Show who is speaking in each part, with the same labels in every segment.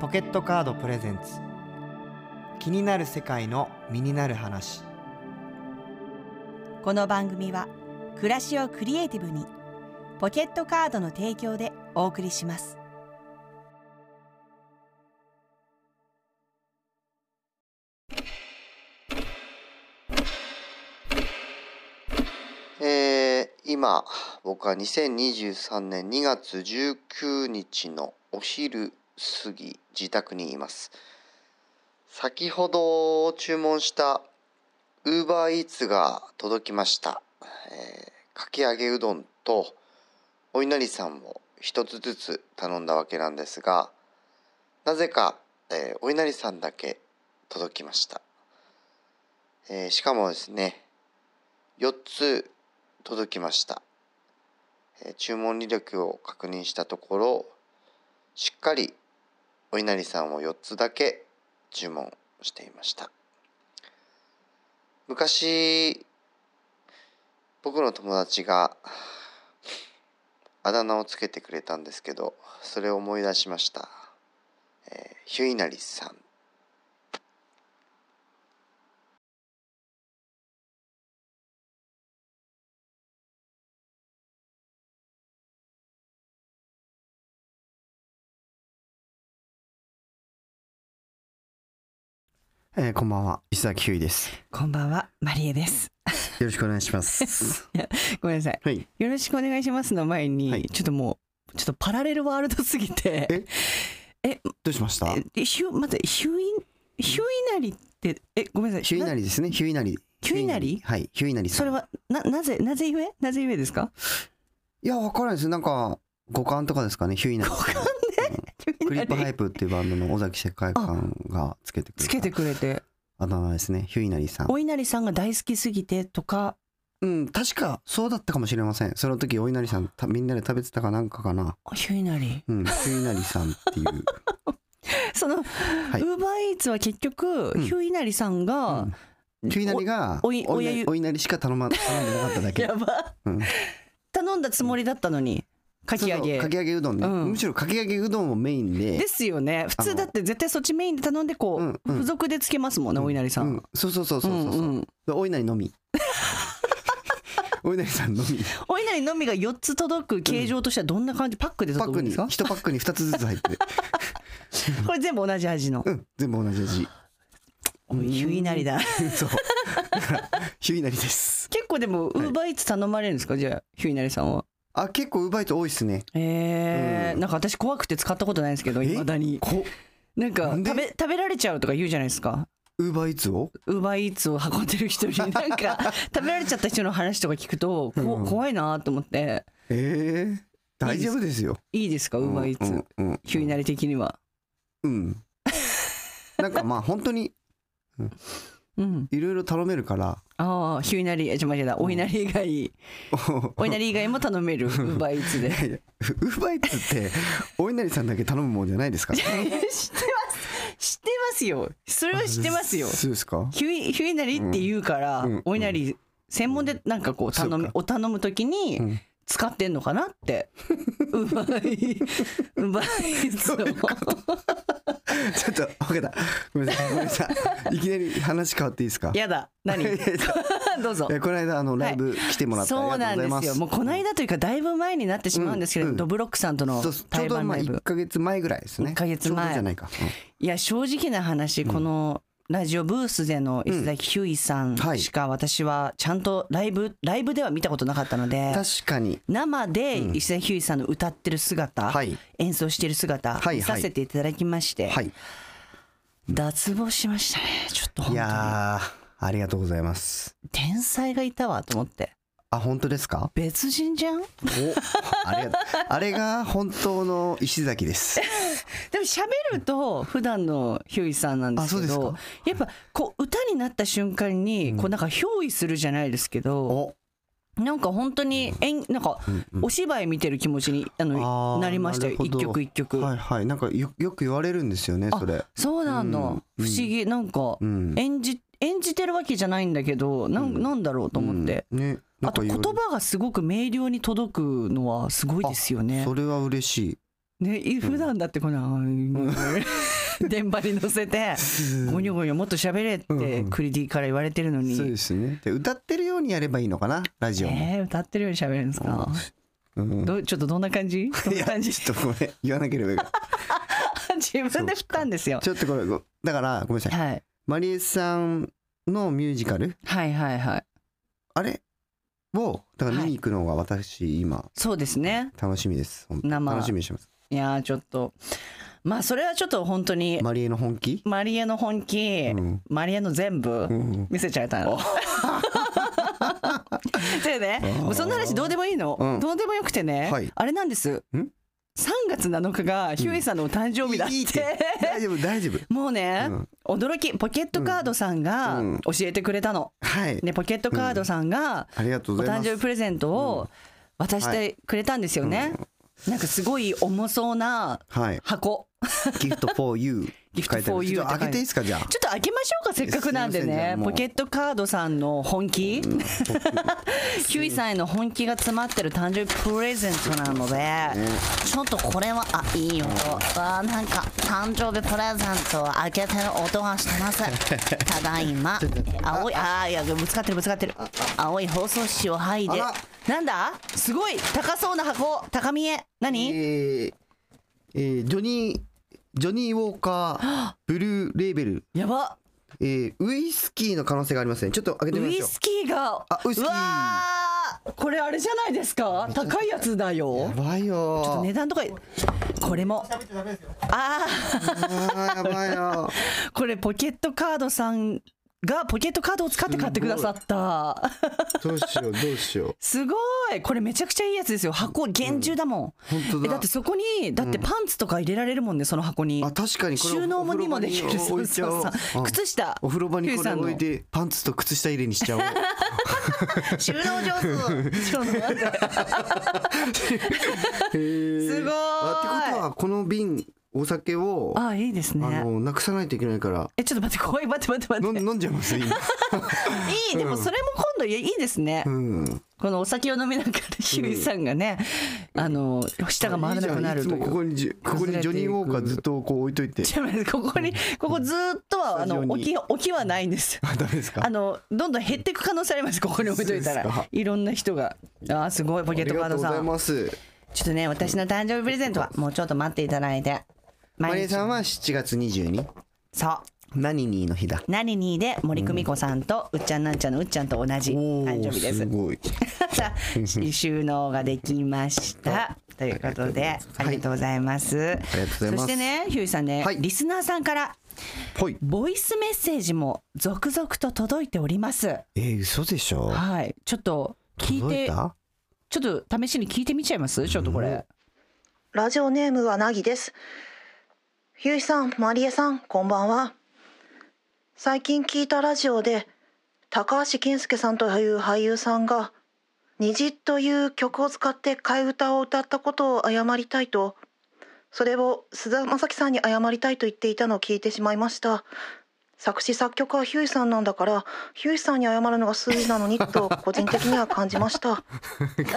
Speaker 1: ポケットカードプレゼンツ気になる世界の身になる話
Speaker 2: この番組は暮らしをクリエイティブにポケットカードの提供でお送りします
Speaker 3: えー今僕は2023年2月19日のお昼過ぎ自宅にいます先ほど注文したウーバーイーツが届きました、えーかき揚げうどんとお稲荷さんを一つずつ頼んだわけなんですがなぜか、えーお稲荷さんだけ届きました、えーしかもですね4つ届きました、えー注文履歴を確認したところしっかりお稲荷さんを4つだけ注文していました昔僕の友達があだ名をつけてくれたんですけどそれを思い出しました、えー、ひゅいなりさん
Speaker 1: えーこんばんは石崎ひゅいです
Speaker 2: こんばんはマリエです
Speaker 1: よろしくお願いします
Speaker 2: ごめんなさい
Speaker 1: はい
Speaker 2: よろしくお願いしますの前に、
Speaker 1: はい
Speaker 2: ちょっともうちょっとパラレルワールドすぎて
Speaker 1: えどうしました
Speaker 2: えヒュまずヒュインヒュイナリってえごめんなさい
Speaker 1: ひゅいなりですねひゅいなり
Speaker 2: ヒュイナリ
Speaker 1: はいひゅいなりさん
Speaker 2: それはななぜなぜゆえなぜゆえですか
Speaker 1: いやわからないですなんか五感とかですかねひゅいなり
Speaker 2: 五感ヒュ
Speaker 1: クリップハ
Speaker 2: イ
Speaker 1: イプっていうバンドの尾崎世界観がつけてくれた
Speaker 2: つけてくれて
Speaker 1: あだ名ですねひゅいなりさん
Speaker 2: お稲荷さんが大好きすぎてとか
Speaker 1: うん確かそうだったかもしれませんその時お稲荷さんたみんなで食べてたかなんかかな
Speaker 2: ヒュイナリ
Speaker 1: うんひゅいなりさんっていう
Speaker 2: その、
Speaker 1: い
Speaker 2: ウーバーイーツは結局、
Speaker 1: うん
Speaker 2: ヒュイナリさんが、
Speaker 1: うんひゅいなりが
Speaker 2: おおい
Speaker 1: お
Speaker 2: おやゆ
Speaker 1: いお稲荷しか頼 ま頼んでなかっただけ
Speaker 2: やば、
Speaker 1: うん
Speaker 2: 頼んだつもりだったのにかき揚
Speaker 1: そうそ
Speaker 2: げ
Speaker 1: うかき揚げうどんね、
Speaker 2: うん
Speaker 1: むしろかき揚げうどんをメインで
Speaker 2: ですよね普
Speaker 1: あ
Speaker 2: 通
Speaker 1: の
Speaker 2: だって絶対そっちメインで頼んでこ
Speaker 1: う
Speaker 2: う、
Speaker 1: んうん
Speaker 2: 付属でつけますもんね、お稲荷さん、
Speaker 1: うん、そうそうそうそうそう,、
Speaker 2: うんうん
Speaker 1: お稲荷のみお稲荷さん のみ
Speaker 2: お稲荷のみが4つ届く形状としてはどんな感じ、パックで
Speaker 1: パッ
Speaker 2: 届く
Speaker 1: ク
Speaker 2: んで
Speaker 1: に
Speaker 2: すか
Speaker 1: 一パックに二つずつ入って
Speaker 2: これ全部同じ味の、
Speaker 1: うん全部同じ味
Speaker 2: おいヒュイナリだ
Speaker 1: そうだからひゅいなりです
Speaker 2: 結構でもウ
Speaker 1: はい
Speaker 2: ーバーイーツ頼まれるんですかじゃあヒュイナリさんは
Speaker 1: あ結構ウーバイト多いっすね
Speaker 2: えー
Speaker 1: うん
Speaker 2: なんか私怖くて使ったことないんですけど
Speaker 1: え
Speaker 2: いまだに
Speaker 1: こ
Speaker 2: なんか
Speaker 1: なんで
Speaker 2: 食べ食べられちゃうとか言うじゃないですか
Speaker 1: ウーバーイーツを
Speaker 2: ウーバーイーツを運んでる 人になんか食べられちゃった人の話とか聞くとこ
Speaker 1: うん
Speaker 2: 怖いなと思って
Speaker 1: ええ大丈夫ですよ。
Speaker 2: いいですかウ
Speaker 1: ウ
Speaker 2: ーバーイーツ。
Speaker 1: うん。
Speaker 2: ヒュイナリ的には
Speaker 1: うん。なんかまあ本当に
Speaker 2: うん
Speaker 1: いろいろ頼めるから。
Speaker 2: ああヒュイナリえちょ間違えたお稲荷以外お稲荷以外も頼 めるウーバーイーツで
Speaker 1: いやいやウーバーイーツってお稲荷さんだけ頼むもんじゃないですか。
Speaker 2: 知ってます知ってますよそれは知ってますよ
Speaker 1: そうですか。
Speaker 2: ヒュイヒュイナリって言うから、
Speaker 1: うんうん
Speaker 2: お稲荷専門でなんかこう頼む、
Speaker 1: そうか
Speaker 2: お頼むときに
Speaker 1: うん
Speaker 2: 使ってんのかな って、うまいうまいぞ
Speaker 1: ちょっと分かった。ごめんなさい。ごめんなさい。いきなり話変わ っていいですか。
Speaker 2: やだ何 どうぞ
Speaker 1: えこの間あのライブ来てもらって
Speaker 2: そ
Speaker 1: あ
Speaker 2: う
Speaker 1: りが
Speaker 2: な
Speaker 1: と
Speaker 2: ん
Speaker 1: うござ
Speaker 2: で
Speaker 1: いますす。
Speaker 2: よもうこの間というかだいぶ前になってしまうんですけど、
Speaker 1: うんうん
Speaker 2: ドブロックさんとの
Speaker 1: そうちょ
Speaker 2: 対
Speaker 1: うど
Speaker 2: バン
Speaker 1: まあ
Speaker 2: ライ
Speaker 1: 一
Speaker 2: ブ
Speaker 1: ヶ月前ぐらいですね。
Speaker 2: 一ヶ月前
Speaker 1: ちょうどじゃないか。
Speaker 2: いや正直な話、このラジオブースでの石崎ひゅいさん
Speaker 1: はい
Speaker 2: しか私はちゃんとライブライブでは見たことなかったの
Speaker 1: う
Speaker 2: で
Speaker 1: ん確かに。
Speaker 2: 生で石崎ひゅいさんの歌ってる姿、
Speaker 1: はい
Speaker 2: 演奏してる姿
Speaker 1: はい
Speaker 2: 見させていただきまして、
Speaker 1: はい。
Speaker 2: 脱帽しましたねちょっと
Speaker 1: い
Speaker 2: 本当に
Speaker 1: やーありがとうございます。
Speaker 2: 天才がいたわと思って
Speaker 1: あ本当ですか
Speaker 2: 別人じゃんでも
Speaker 1: おあれがあれが本当の石崎 です
Speaker 2: 喋ると普段のひゅーいさんなんですけ
Speaker 1: あそ
Speaker 2: ど
Speaker 1: うで
Speaker 2: やっぱこう歌になった瞬間にこうなんか憑依するじゃないですけど、
Speaker 1: お、
Speaker 2: なんか本当に演なんかお芝居見てる気持ちにあの
Speaker 1: あー
Speaker 2: なりましたよ
Speaker 1: なるほ
Speaker 2: 一
Speaker 1: ど
Speaker 2: 曲一曲、
Speaker 1: はいはいなんかよよく言われるんですよねそれ
Speaker 2: そうなんだ、
Speaker 1: うん
Speaker 2: 不思議なんか
Speaker 1: うん
Speaker 2: 演じ演じてるわけじゃないんだけどなん,、なんだろうと思って、
Speaker 1: うんね
Speaker 2: あと言葉がすごく明瞭に届くのはすごいですよね
Speaker 1: そ。れは嬉しい
Speaker 2: ね、い普段だってこの、 電波に乗せて、ゴニョゴニョもっと喋れっ
Speaker 1: うんう
Speaker 2: て
Speaker 1: ん
Speaker 2: クリティから言われてるのに、
Speaker 1: そうですねで歌ってるようにやればいいのかなラジオも、
Speaker 2: えー、歌ってるより喋れるんですか、
Speaker 1: うん
Speaker 2: どうちょっとどんな感じどん
Speaker 1: い
Speaker 2: な
Speaker 1: や
Speaker 2: 感じ
Speaker 1: ちょっとごめん 言わなければいいから
Speaker 2: 自分で振ったんですよ。
Speaker 1: ちょっとこれごだからごめんなさい
Speaker 2: はい、
Speaker 1: マリエさんのミュージカル
Speaker 2: はいはいはい
Speaker 1: あれをだから見に行くのが私今
Speaker 2: そうですね
Speaker 1: 楽しみです、本当
Speaker 2: 生
Speaker 1: 楽しみにしてます
Speaker 2: いやーちょっとまあそれはちょっと本当に
Speaker 1: マリエの本気、
Speaker 2: マリエの本気、
Speaker 1: うん
Speaker 2: マリエの全部
Speaker 1: うん
Speaker 2: 見せちゃえた の。でね
Speaker 1: あー
Speaker 2: もうそんな話どうでもいいの、
Speaker 1: うん
Speaker 2: どうでもよくてね、
Speaker 1: はい
Speaker 2: あれなんです3月7日がヒューイさんのお誕生日だって。
Speaker 1: いいって大丈夫大丈夫
Speaker 2: もうね、驚きポケットカードさんが
Speaker 1: うん
Speaker 2: 教えてくれたの、
Speaker 1: はい、
Speaker 2: ね、ポケットカードさんが
Speaker 1: ありがとう
Speaker 2: お
Speaker 1: ござい
Speaker 2: 誕
Speaker 1: ま
Speaker 2: 生日プ
Speaker 1: す
Speaker 2: レゼントを渡してくれたんですよね、なんかすごい重そうな
Speaker 1: はい
Speaker 2: 箱
Speaker 1: ギフト for you
Speaker 2: ギフト for you
Speaker 1: ちょっと開けていいですかじゃあ
Speaker 2: ちょっと開けましょうかせっかくなんです
Speaker 1: いませんじゃ
Speaker 2: ね
Speaker 1: あもう
Speaker 2: ポケットカードさんの本気、キュウイさんへの本気が詰まってる誕生日プレゼントなので、ちょっとこれはあいい音あーなんか誕生日プレゼントを開けてる音がしてます ただいま青いあーいやぶつかってるぶつかってる青い包装紙を剥いで
Speaker 1: あら
Speaker 2: なんだすごい高そうな箱高見え 何、
Speaker 1: えーえージョニージョニーウォーカーブルーレーベル、
Speaker 2: やば
Speaker 1: えーウイスキーの可能性がありますねちょっと開けてみ
Speaker 2: ウ
Speaker 1: ま
Speaker 2: イ
Speaker 1: しょう
Speaker 2: スキーが
Speaker 1: あウイスキー
Speaker 2: うわーこれあれじゃないですか高いやつだよ
Speaker 1: やばいよ
Speaker 2: ちょっと値段とかこれもあ
Speaker 1: あーやばいよ
Speaker 2: あこれポケットカードさんがポケットカードを使って買ってくださった
Speaker 1: どうしようどうしよう
Speaker 2: すごいこれめちゃくちゃいいやつですよ箱厳重だもん、
Speaker 1: 本当だ
Speaker 2: えだってそこにだってパンツとか入れられるもんねその箱に
Speaker 1: あ確かにこれ
Speaker 2: 収納もにもできる
Speaker 1: お風呂場に置いちゃおう
Speaker 2: そうそうそう
Speaker 1: あ
Speaker 2: 靴下
Speaker 1: お風呂場にこれ置い
Speaker 2: ヒ
Speaker 1: てパンツと靴下入れにし ちゃおう
Speaker 2: 収納上手そうなんだすごい
Speaker 1: あってことはこの瓶お酒をあ
Speaker 2: あいいですね
Speaker 1: のなくさないといけないから
Speaker 2: えちょっと待って怖い待って待って
Speaker 1: 飲
Speaker 2: 待っ
Speaker 1: ん
Speaker 2: て
Speaker 1: 飲んじゃいます 今
Speaker 2: いいでもそれも今度いやいいですね、
Speaker 1: うん
Speaker 2: このお酒を飲みながらヒューイさんがね、あの舌が回らなくなる
Speaker 1: いいじ
Speaker 2: と
Speaker 1: ゃんいつもここ
Speaker 2: いう。
Speaker 1: にじここにジョニー・ウォーカーずっとこう置いといて
Speaker 2: ちょっと待ってここにここずーっとはあ
Speaker 1: スタジ
Speaker 2: の
Speaker 1: オに
Speaker 2: 置き置きはないんです よ。
Speaker 1: あダメですか
Speaker 2: あのどんどん減っていく可能性ありますここに置いといた
Speaker 1: そうです
Speaker 2: ら
Speaker 1: か
Speaker 2: いろんな人があーすごいポ
Speaker 1: あ
Speaker 2: ケットカードさん
Speaker 1: ます
Speaker 2: ちょっとね私の誕生日プレゼントはもうちょっと待っていただいて
Speaker 1: マリ
Speaker 2: 毎
Speaker 1: エ
Speaker 2: 日
Speaker 1: さんは7月22
Speaker 2: そう
Speaker 1: 何にの日だ
Speaker 2: 何にで森久美子さんとうっちゃんなんちゃんのうっちゃんと同じ
Speaker 1: おー
Speaker 2: 誕生日です
Speaker 1: すごい
Speaker 2: さあ 収納ができました。ということで、ありがとうございます。
Speaker 1: りがとうございます
Speaker 2: そしてね、ひゅういさんね、
Speaker 1: はい
Speaker 2: リスナーさんから
Speaker 1: ほい
Speaker 2: ボイスメッセージも続々と届いております。
Speaker 1: えー、嘘でしょ
Speaker 2: はい、ちょっと聞い
Speaker 1: 届い
Speaker 2: て、
Speaker 1: た
Speaker 2: ちょっと試しに聞いてみちゃいます。ちょっとこれ。
Speaker 4: ラジオネームはなぎです。ひゅういさん、まりえさん、こんばんは。最近聞いたラジオで、高橋健介さんという俳優さんが、虹という曲を使って替え歌を歌ったことを謝りたいと、それを菅田将暉さんに謝りたいと言っていたのを聞いてしまいました。作詞作曲はひゅういさんなんだから、ひゅういさんに謝るのが筋なのにと個人的には感じました。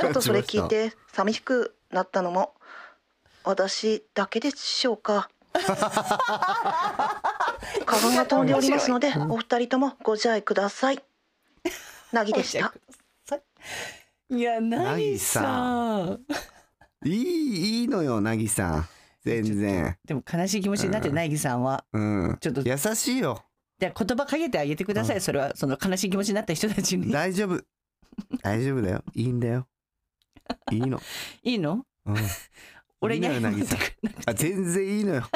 Speaker 4: ちょっとそれ聞 いて寂しくなったのも私だけでしょう か花粉が飛んでおりますのでお二人ともご自愛くださいなぎでした
Speaker 2: いや、なぎさん。
Speaker 1: いいいいのよなぎさん全然
Speaker 2: でも悲しい気持ちになってる、なぎさんは。
Speaker 1: うん
Speaker 2: ちょっと
Speaker 1: 優しいよ
Speaker 2: で言葉かけてあげてください。それは、その悲しい気持ちになった人たちに。
Speaker 1: 大丈夫大丈夫だよいいんだよいいの、
Speaker 2: いいの
Speaker 1: うん、
Speaker 2: 俺に
Speaker 1: いいのよなぎ
Speaker 2: 謝
Speaker 1: さ
Speaker 2: っ
Speaker 1: ん
Speaker 2: てくれなくて
Speaker 1: あ全然いいのよ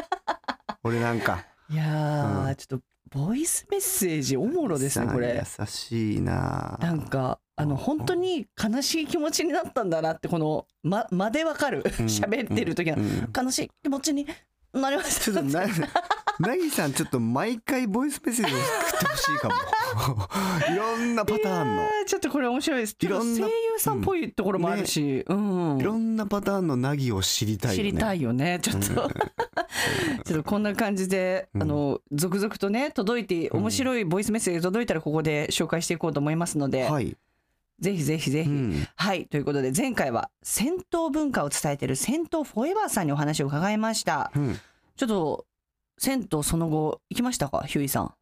Speaker 1: 俺なんか
Speaker 2: いやー、
Speaker 1: うん
Speaker 2: ちょっとボイスメッセージおもろですね
Speaker 1: さあ
Speaker 2: これ
Speaker 1: 優しいな
Speaker 2: なんかあの本当に悲しい気持ちになったんだなってこのま間でわかる 喋ってる時は、
Speaker 1: うん
Speaker 2: 悲しい気持ちになりまし
Speaker 1: ちょったと ななぎさんちょっと毎回ボイスメッセージを送ってほしい かもいろんなパターンの
Speaker 2: あーちょっとこれ面白いですちょっと
Speaker 1: いろん
Speaker 2: 声
Speaker 1: な
Speaker 2: 優さんっぽいところもあるし、うん
Speaker 1: いろんなパターンのなぎを知りたいよ
Speaker 2: 知
Speaker 1: ね
Speaker 2: りたいよねちょ っと、ちょっとこんな感じで、あの続々とね届いて面白いボイスメッセージが届いたらここで紹介していこうと思いますので、
Speaker 1: はい
Speaker 2: ぜひぜひぜひ。
Speaker 1: うん
Speaker 2: はい。ということで、前回は銭湯文化を伝えている銭湯フォーエバーさんにお話を伺いました。
Speaker 1: うん
Speaker 2: ちょっと、銭湯その後行きましたかヒューイさ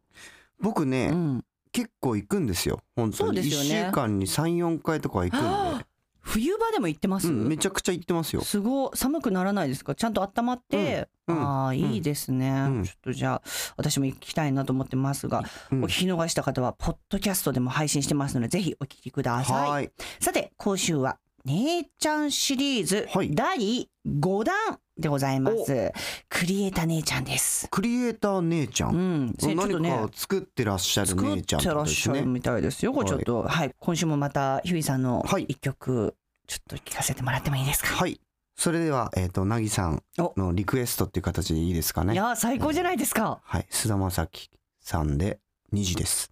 Speaker 1: 僕ね、
Speaker 2: ん。うん。
Speaker 1: 結構行くんですよ本当
Speaker 2: そう
Speaker 1: に
Speaker 2: ですよ
Speaker 1: 1
Speaker 2: ね
Speaker 1: 週間に34回とかは行くんで
Speaker 2: あ冬場でも行ってます、
Speaker 1: うん、めちゃくちゃ行ってますよ。
Speaker 2: すごい寒くならないですかちゃんと温まって、
Speaker 1: うんうん
Speaker 2: ああいいですね、
Speaker 1: うん
Speaker 2: ちょっとじゃあ私も行きたいなと思ってますが、
Speaker 1: うん
Speaker 2: お聞き逃した方はポッドキャストでも配信してますのでぜひお聞きください
Speaker 1: はーい。
Speaker 2: さて今週は「姉ちゃん」シリーズ
Speaker 1: はい
Speaker 2: 第5弾でございます、クリエイター姉ちゃんです
Speaker 1: クリエイター姉ちゃ。
Speaker 2: うんん、せちょっと
Speaker 1: 何か
Speaker 2: ね
Speaker 1: を作ってらっしゃる
Speaker 2: 作っ
Speaker 1: 姉ち
Speaker 2: て
Speaker 1: ゃんってこ
Speaker 2: ら
Speaker 1: と
Speaker 2: っ
Speaker 1: で
Speaker 2: し
Speaker 1: す
Speaker 2: ゃる
Speaker 1: ね。
Speaker 2: みたいですよ、これちょっとはい今週もまたひゅいさんの
Speaker 1: はい
Speaker 2: 一曲、ちょっと聞かせてもらってもいいですか
Speaker 1: はい。それでは、えっ、と、なぎさんのリクエストっていう形でいいですか
Speaker 2: い
Speaker 1: ね。
Speaker 2: やー最高じゃないですか、
Speaker 1: はい。菅田将暉さんで2時です。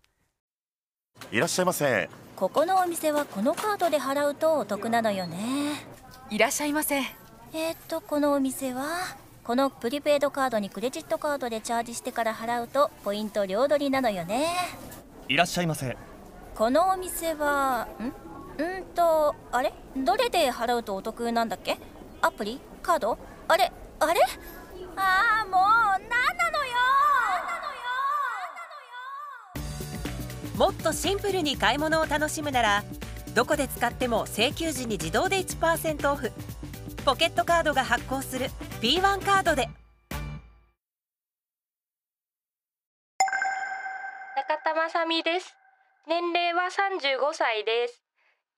Speaker 5: いらっしゃいませ
Speaker 6: ここのお店はこのカードで払うとお得なのよね
Speaker 7: いらっしゃいませ
Speaker 6: えーっとこのお店はこのプリペイドカードにクレジットカードでチャージしてから払うとポイント両取りなのよね
Speaker 5: いらっしゃいませ
Speaker 6: このお店はんうんとあれどれで払うとお得なんだっけアプリカードあれあれああもうなんなのよ
Speaker 7: もっとシンプルに買い物を楽しむならどこで使っても請求時に自動で1%オフポケットカードが発行する P1 カードで
Speaker 8: 中田まさみです年齢は35歳です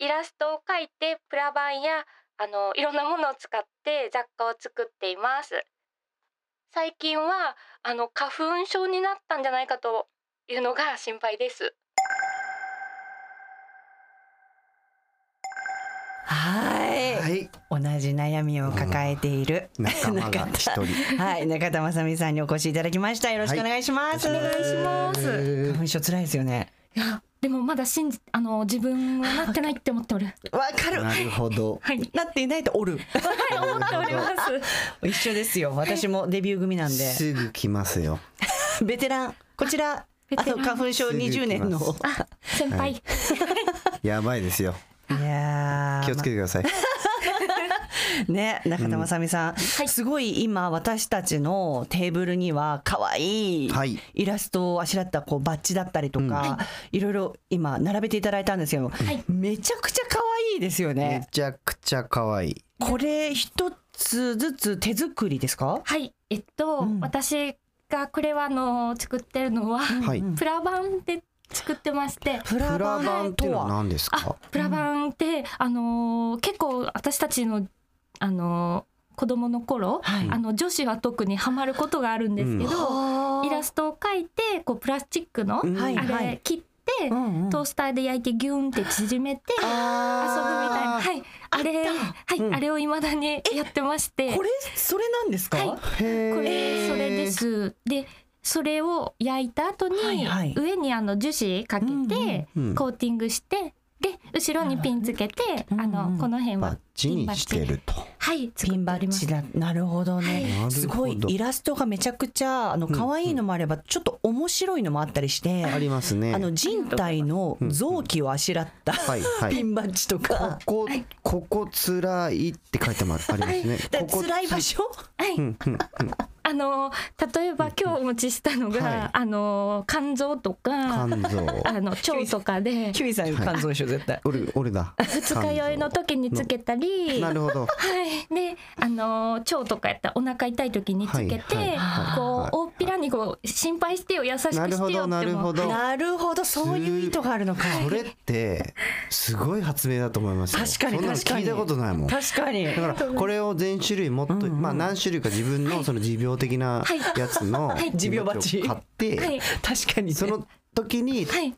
Speaker 8: イラストを描いてプラ板やあのいろんなものを使って雑貨を作っています最近はあの花粉症になったんじゃないかというのが心配です
Speaker 2: はい
Speaker 1: い。
Speaker 2: 同じ悩みを抱えてい る
Speaker 1: 仲間が一 人。
Speaker 2: はい中田まさみさんにお越しいただきましたよろしくお願いします、
Speaker 1: はいお願い
Speaker 8: します
Speaker 2: 花粉症辛いですよね
Speaker 8: いやでもまだ信じあの自分はなってないって思ってお る
Speaker 2: わかる
Speaker 1: なるほど。
Speaker 8: はい
Speaker 2: なっていないとおる
Speaker 8: はい思っております
Speaker 2: 一緒ですよ私もデビュー組なんです
Speaker 1: ぐ来ますよ。
Speaker 2: ベテランこちら
Speaker 8: ベ
Speaker 2: あ
Speaker 8: テラ
Speaker 2: の
Speaker 8: ン
Speaker 2: 花粉症20年の
Speaker 1: すぐ来
Speaker 8: 先輩、
Speaker 1: はいやばいです よ。
Speaker 2: いやー
Speaker 1: 気をつけてください。
Speaker 2: ね、中田まさみさん、
Speaker 8: い
Speaker 2: すごい今私たちのテーブルには可愛い
Speaker 1: はい
Speaker 2: イラストをあしらったこうバッジだったりとか、い、ろいろ今並べていただいたんですけど、
Speaker 8: い
Speaker 2: めちゃくちゃ可愛いですよ
Speaker 1: め
Speaker 2: ね。
Speaker 1: ちゃくちゃ可愛い。
Speaker 2: これ一つずつ手作りですか？
Speaker 8: はい、えっと、
Speaker 2: うん
Speaker 8: 私がこれはあの作ってるのは、
Speaker 1: はい
Speaker 2: うん
Speaker 8: プラ板で作ってまして。
Speaker 2: プ
Speaker 1: プラ
Speaker 2: ラバ
Speaker 1: 板
Speaker 2: ン
Speaker 1: ってい
Speaker 2: と
Speaker 1: うのは
Speaker 2: は
Speaker 1: 何です
Speaker 8: あ
Speaker 1: か。、
Speaker 8: プラ板って、あのー結構私たちのあのー子供の頃、
Speaker 2: はい
Speaker 8: あの女子は特にハマることがあるんですけど、イラ
Speaker 2: ス
Speaker 8: ストを描いてこうプラスチックの、
Speaker 1: ん
Speaker 2: はい
Speaker 8: あ
Speaker 2: は
Speaker 8: れ
Speaker 2: い。
Speaker 8: 切って、
Speaker 2: ん
Speaker 8: トースターで焼いてギュンって縮めて。遊ぶみたいな、
Speaker 1: あ
Speaker 8: はい、あれ、はい、あれを未だにやってまして。
Speaker 2: これそれなんですか？
Speaker 8: はい
Speaker 1: ーへー
Speaker 8: これそれです。でそれを焼いた後に、
Speaker 2: はいはい
Speaker 8: 上にあの樹脂かけて、
Speaker 1: うんうん
Speaker 8: コーティングしてで後ろにピン付けて、
Speaker 2: うんうん
Speaker 8: あのこの辺
Speaker 1: バ
Speaker 8: は
Speaker 1: ッチにしてると。
Speaker 8: はい
Speaker 2: ピンバッジ
Speaker 8: 作っており
Speaker 2: だなるほどね、
Speaker 1: はい
Speaker 2: すご
Speaker 1: な
Speaker 2: い
Speaker 1: るほど
Speaker 2: イラストがめちゃくちゃあの可愛いのもあればちょっと面白いのもあったりして、
Speaker 1: ありますね。
Speaker 2: あの人体の臓器をあしらった
Speaker 1: はいは
Speaker 2: ピ
Speaker 1: い。
Speaker 2: ンバッジとか、
Speaker 1: ここここ辛いって書いてもありますね。
Speaker 2: だ
Speaker 1: ここ
Speaker 2: 辛い場所
Speaker 8: はい、あの例えば今日お持ちしたのが、
Speaker 1: はい
Speaker 8: あの肝臓とか
Speaker 1: 肝臓。
Speaker 8: あの腸とかで
Speaker 2: キュウイさん肝臓でしょ絶対。
Speaker 1: 俺俺だ。
Speaker 8: 二日酔いの時につけたり
Speaker 1: なるほど。
Speaker 8: はい、であの腸とかやったらお腹痛い時につけて、
Speaker 1: はいはいはい
Speaker 8: こ
Speaker 1: はいう
Speaker 8: 大っぴらにこう心配してよ優しくしてよ
Speaker 1: な
Speaker 8: って
Speaker 1: るほど
Speaker 8: も
Speaker 1: なるほど。
Speaker 2: なるほどそういう意図があるのか。
Speaker 1: それってすごい発明だと思いますよ。
Speaker 2: 確かに
Speaker 1: そんなの
Speaker 2: 確かに
Speaker 1: 聞いたことないもん。だ
Speaker 2: 確かに。
Speaker 1: からこれを全種類もっと、まあ何種類か自分のその持病的な
Speaker 8: はい
Speaker 1: やつの
Speaker 8: はい
Speaker 2: 持病バッジ
Speaker 1: やつを買って、
Speaker 8: はい
Speaker 2: 確かにね。
Speaker 1: その時に
Speaker 8: はい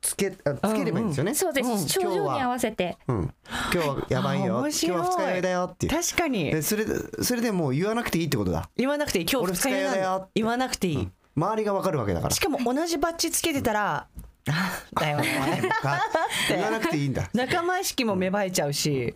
Speaker 1: つけあつければいいんですよね。
Speaker 8: そうです、症
Speaker 1: 今日
Speaker 8: 状に合
Speaker 1: は
Speaker 8: わせて
Speaker 1: うん今日はやばい
Speaker 2: あ
Speaker 1: よ。今
Speaker 2: 面
Speaker 1: 日
Speaker 2: 白い
Speaker 1: は二日酔いだよっていう。
Speaker 2: 確かに
Speaker 1: でそれでそれでもう言わなくていいってことだ。
Speaker 2: 言わなくていい今日
Speaker 1: 俺
Speaker 2: 使え
Speaker 1: 二日酔いだよ
Speaker 2: ない言わなくていい。
Speaker 1: 周りがわかるわけ だから
Speaker 2: し。かも同じバッジつけてたら、あだよ ね。
Speaker 1: か言わなくていいんだ。
Speaker 2: 仲間意識も芽生えちゃうし、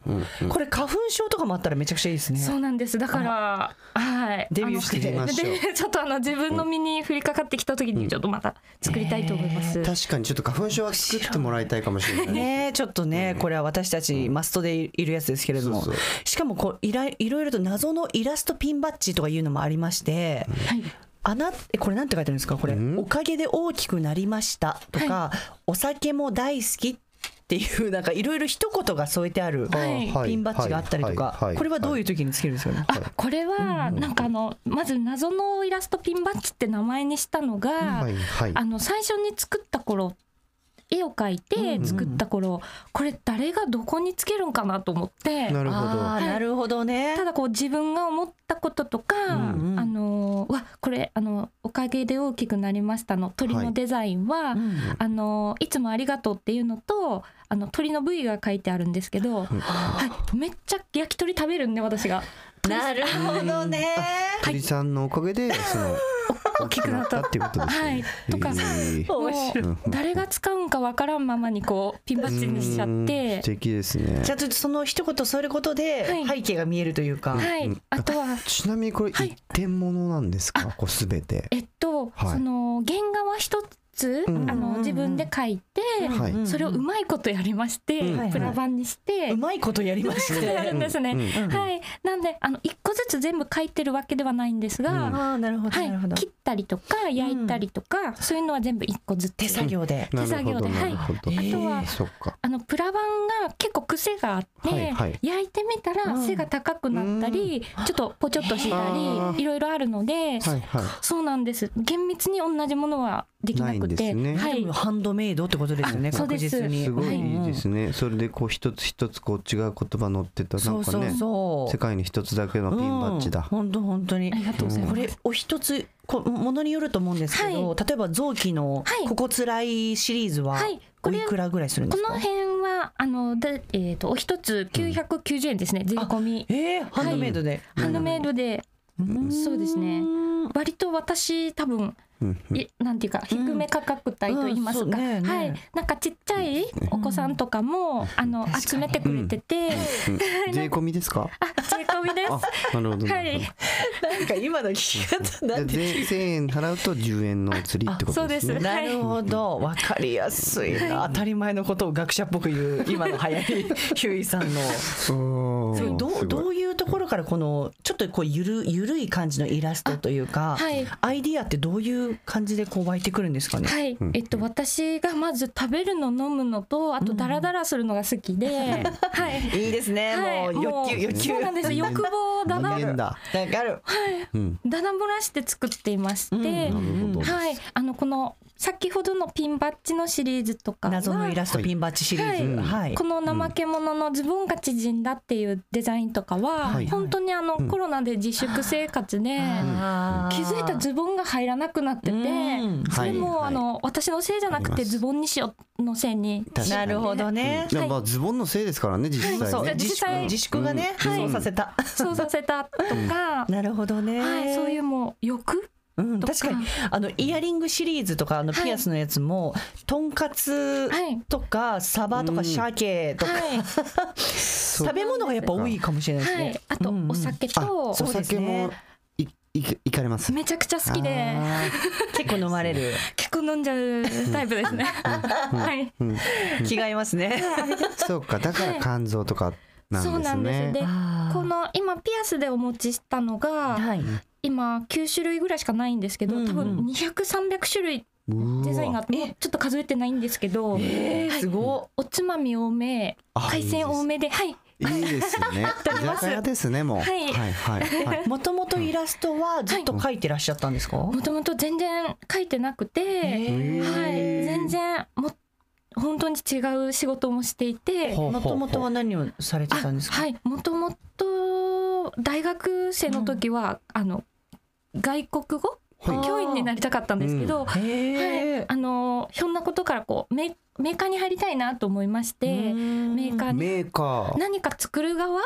Speaker 2: これ花粉症とかもあったらめちゃくちゃいいですね。
Speaker 8: そうなんですだからあはい
Speaker 2: デビューして
Speaker 1: 作りましょう
Speaker 8: でちょっとあの自分の身に降りかかってきた時にちょっとまた作りたいと思います、
Speaker 1: 確かにちょっと花粉症は作ってもらいたいかもしれない。
Speaker 2: ねえちょっとね、これは私たちマストでいるやつですけれども
Speaker 1: そうそ
Speaker 2: しかもこういらいろいろと謎のイラストピンバッジとかいうのもありまして。あなえこれなんて書いてあるんですかこれ、おかげで大きくなりましたとか、お酒も大好きっていうなんかいろいろ一言が添えてある
Speaker 8: はい
Speaker 2: ピンバッジがあったりとか、これはどういうう時につけるんですかね、
Speaker 8: あこれはなんかあのまず謎のイラストピンバッジって名前にしたのが、
Speaker 1: はいはい。
Speaker 8: あの最初に作った頃絵を描いて作った頃、これ誰がどこにつけるんかなと思って
Speaker 1: なるほ
Speaker 2: あ
Speaker 1: ど。
Speaker 2: ーなるほどね
Speaker 8: ただこう自分が思ったこととか、
Speaker 2: うん
Speaker 8: あのわこれあの「おかげで大きくなりましたの」鳥のデザインは、
Speaker 2: うん
Speaker 8: あのいつもありがとうっていうのとあの鳥の部位が書いてあるんですけど、はい、めっちゃ焼き鳥食べるんで私が。
Speaker 2: なるほどね
Speaker 1: 鳥さんのおかげでその大きくなったっていうことです
Speaker 8: は
Speaker 1: ね
Speaker 8: い。とか
Speaker 1: えー
Speaker 8: 面白い誰が使うんかわからんままにこうピンバッジにしちゃっ
Speaker 1: うん
Speaker 8: て
Speaker 1: 素、敵ですね
Speaker 2: ちゃんとその一言添えること
Speaker 8: は
Speaker 2: で
Speaker 8: い
Speaker 2: 背景が見えるというか、
Speaker 8: はい、あとは
Speaker 1: ちなみにこれ
Speaker 8: はい
Speaker 1: 一点物なんですか、こうすべて
Speaker 8: えっと、
Speaker 1: はい
Speaker 8: その原画は一つ、
Speaker 1: うん
Speaker 8: あの自分で描いて、
Speaker 1: はい
Speaker 2: うん
Speaker 8: それをうまいことやりまして、
Speaker 1: うん
Speaker 8: プラバンにして、
Speaker 2: うまいことやりまし
Speaker 8: やる
Speaker 2: て
Speaker 8: んですね。
Speaker 1: うん
Speaker 2: うん
Speaker 8: はい、なんであの一個ずつ全部書いてるわけではないんですが、
Speaker 1: うん
Speaker 2: ああなるほど
Speaker 8: は
Speaker 2: なるほ
Speaker 8: い、
Speaker 2: ど、
Speaker 8: 切ったりとか焼いたりとか、そういうのは全部一個ずつ
Speaker 2: 手作業で、
Speaker 1: な
Speaker 8: 手
Speaker 1: る
Speaker 8: 作
Speaker 1: ほ
Speaker 8: 業
Speaker 1: ど
Speaker 8: で
Speaker 1: なるほど、
Speaker 2: はい
Speaker 8: あとは
Speaker 1: そっか
Speaker 8: あのプラバンが結構癖があって、
Speaker 1: はいはい
Speaker 8: 焼いてみたら
Speaker 2: うん
Speaker 8: 背が高くなったり、ちょっとポチョっとした
Speaker 1: あー
Speaker 8: りいろいろあるので、
Speaker 1: はいはい
Speaker 8: そうなんです厳密に同じものはできな
Speaker 1: ない
Speaker 8: く
Speaker 1: んです
Speaker 8: て
Speaker 1: ね
Speaker 8: はい
Speaker 2: でも、ハンドメイドってことですよね
Speaker 8: あそう
Speaker 2: 確
Speaker 8: です
Speaker 2: 実に
Speaker 1: すごいいいです
Speaker 2: ね、
Speaker 1: ね、それでこう一つ一つこう違う言葉載ってた
Speaker 2: うん
Speaker 1: なん
Speaker 2: そう
Speaker 1: か
Speaker 2: そう
Speaker 1: ね
Speaker 2: そう
Speaker 1: 世界に一つだけのピンバッジだ、
Speaker 2: 本当本当に
Speaker 8: ありがとうございます
Speaker 2: こ。れお一つこものによると思うんですけど、
Speaker 8: は
Speaker 2: 例えば臓器の
Speaker 8: はい
Speaker 2: ここつらいシリーズは
Speaker 8: はい
Speaker 2: お
Speaker 8: これ
Speaker 2: いくらぐらいするんで
Speaker 8: こ
Speaker 2: す
Speaker 8: の
Speaker 2: か、
Speaker 8: 辺はあのでえっ、とお一つ990円ですね、税込み
Speaker 2: えー、ハンドメイドで、
Speaker 8: ハンドメイドで
Speaker 2: うん
Speaker 8: そうですね割と私多分
Speaker 1: うんうん
Speaker 8: いなんていうか低め価格帯と言います
Speaker 2: うん
Speaker 8: か、
Speaker 2: そうねね
Speaker 8: はいなんかちっちゃいお子さんとかも、あの
Speaker 2: 確かに
Speaker 8: 集めてくれてて、
Speaker 1: うん税込みですか
Speaker 8: あ税込みで
Speaker 1: あなるほど
Speaker 8: す。
Speaker 1: な
Speaker 8: は
Speaker 1: るほど、
Speaker 8: い、
Speaker 2: なんか今の聞き方
Speaker 1: じゃあ全1000円払うと10円のお釣りってことですね
Speaker 8: あそうです
Speaker 2: なるほど、わかりやすいな。当たり前のことを学者っぽく言う今の流 行りヒューイさんの。
Speaker 1: おー
Speaker 2: それど
Speaker 1: す
Speaker 2: う
Speaker 1: ごい
Speaker 2: どういうところからこのちょっとこうゆるゆるい感じのイラストというか、
Speaker 8: はい
Speaker 2: アイディアってどういう感じでこう湧いてくるんですかね。
Speaker 8: はい、えっと私がまず食べるの飲むのとあとダラダラするのが好きで、 はい。
Speaker 2: いいですね。も
Speaker 8: は
Speaker 2: う
Speaker 8: い、もう
Speaker 2: 欲求欲求
Speaker 8: そうなん です欲望をだだ
Speaker 1: 無限だ
Speaker 2: わかる。
Speaker 1: うん
Speaker 8: だだ漏らして作っていまして、
Speaker 1: ほど
Speaker 8: はい、あのこの先ほどのピンバッジのシリーズとかは
Speaker 2: 謎のイラストピンバッジシリーズ。は
Speaker 8: はいい、こ。の怠け者のズボンが縮んだっていうデザインとかは、
Speaker 1: はい
Speaker 8: 本当にあの、コロナで自粛生活で、
Speaker 2: あー
Speaker 8: 気づいたズボンが入らなくなってて、
Speaker 2: うん
Speaker 8: それも、
Speaker 1: はい
Speaker 8: あの私のせいじゃなく
Speaker 1: あり
Speaker 8: て
Speaker 1: ます
Speaker 8: ズボンにしようのせいに
Speaker 1: 確か
Speaker 2: な
Speaker 1: に
Speaker 2: るほどね。
Speaker 1: でもまあズボンのせいですからね実際ね、
Speaker 2: そう
Speaker 8: はい
Speaker 2: 自
Speaker 8: 実
Speaker 2: 粛
Speaker 8: 際
Speaker 2: 自粛がね、
Speaker 1: うん
Speaker 2: そうさせた。
Speaker 8: そうさせたとか、
Speaker 2: なるほどね。
Speaker 8: はい、そういうもう欲
Speaker 2: うん、
Speaker 8: とか
Speaker 2: 確かにあのイヤリングシリーズとかあの
Speaker 8: はい
Speaker 2: ピアスのやつも、とんかつ
Speaker 8: はい
Speaker 2: とかサバと
Speaker 1: う
Speaker 2: か
Speaker 1: ん
Speaker 2: 鮭とか、
Speaker 8: はい、
Speaker 2: 食べ物がやっぱ多いかもしれないですね。
Speaker 8: はい、あと
Speaker 2: うんうん
Speaker 8: お酒
Speaker 1: あ
Speaker 8: と、
Speaker 1: お
Speaker 2: そうです
Speaker 1: 酒
Speaker 2: ね
Speaker 1: もいいいかれます
Speaker 8: めちゃくちゃ好きで
Speaker 1: あ
Speaker 2: 結構飲まれ る
Speaker 8: 結構飲んじゃうタイプです ね。 はい、
Speaker 2: 気が合いますね。
Speaker 1: ーそう かだから肝臓とかなんですね
Speaker 8: そうなんです。で、この今ピアスでお持ちしたのが、
Speaker 2: はい、
Speaker 8: 今9種類ぐらいしかないんですけど、
Speaker 2: うんうん
Speaker 8: 多分200300種類
Speaker 1: うわ
Speaker 8: デザインがあってもうちょっと数えてないんですけど、はい
Speaker 2: すご
Speaker 8: おつまみ多め
Speaker 1: あ
Speaker 8: 海鮮多めではい
Speaker 1: いいです ね
Speaker 8: り
Speaker 1: 居
Speaker 8: ます
Speaker 1: 酒屋ですねもう
Speaker 8: はい
Speaker 1: はいはいはい
Speaker 2: い。もともとイラストはずっと描いてらっしゃったんですか？
Speaker 8: もともと全然書いてなく
Speaker 2: へ
Speaker 8: て、
Speaker 2: ー
Speaker 8: はい、全然も本当に違う仕事もしていて。
Speaker 1: ほうほ
Speaker 2: も
Speaker 1: うほ
Speaker 2: と
Speaker 1: う
Speaker 2: もとは何をされてたんですか？
Speaker 8: はいもともと大学生の時は、あの外国語
Speaker 1: はい
Speaker 8: 教員になりたかったんですけど、
Speaker 2: へえ、
Speaker 8: はい、あのひょんなことからこうメメーカーに入りたいなと思いまして
Speaker 2: うーん
Speaker 8: メーカーに
Speaker 1: メーカー
Speaker 8: 何か作る側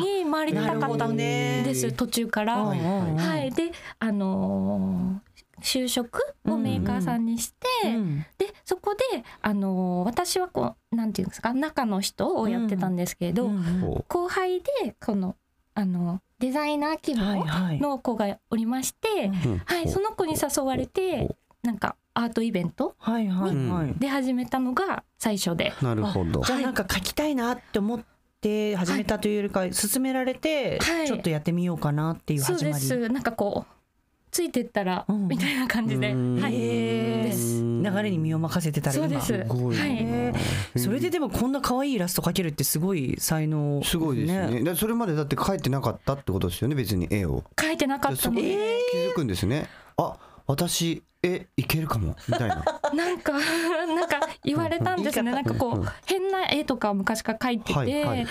Speaker 8: に回りた
Speaker 2: なる
Speaker 8: か
Speaker 2: ほ
Speaker 8: った
Speaker 2: ど
Speaker 8: ん
Speaker 2: ね
Speaker 8: です途中から。
Speaker 2: うんうんうん
Speaker 8: はい、で、あのー就職をメーカーさんにして、
Speaker 2: うん
Speaker 8: でそこで、あのー私はこうなんていうんですか中の人をやってたんですけど、
Speaker 2: うん
Speaker 1: こ
Speaker 8: 後輩でこのあのデザイナー希望
Speaker 2: は
Speaker 8: の子がおりまして、はい
Speaker 1: うん
Speaker 8: その子に誘われてなんかアートイベント
Speaker 2: はいはいはい。
Speaker 8: で始めたのが最初で
Speaker 1: なるほど
Speaker 2: じゃあなんか書きたいなって思って始めたというよりか勧められて
Speaker 8: はい
Speaker 2: ちょっとやってみようかなっていう
Speaker 8: そう
Speaker 2: 始
Speaker 8: で
Speaker 2: まり。
Speaker 8: すなんかこうついてったら、
Speaker 2: うん
Speaker 8: みたいな感じで、
Speaker 1: うん
Speaker 8: はい、です
Speaker 2: 流れに身を任せてたら
Speaker 8: そうで
Speaker 2: 今。
Speaker 8: す
Speaker 1: ごいな
Speaker 8: はい
Speaker 2: へーそれででもこんな可愛いイラスト描けるってすごい才能
Speaker 1: すごいですね。だそれまでだって書いてなかったってことですよね別に絵を。
Speaker 8: 書いてな
Speaker 1: じゃ
Speaker 8: か
Speaker 1: あ
Speaker 8: った
Speaker 1: そこ
Speaker 8: の
Speaker 1: に
Speaker 8: で、
Speaker 1: 気づくんですね。あ私絵いけるかもみたいな。
Speaker 8: なんかなんか言われたんですねなんかこ
Speaker 1: うん
Speaker 8: う変な絵とか昔から描いてて、
Speaker 1: はいはい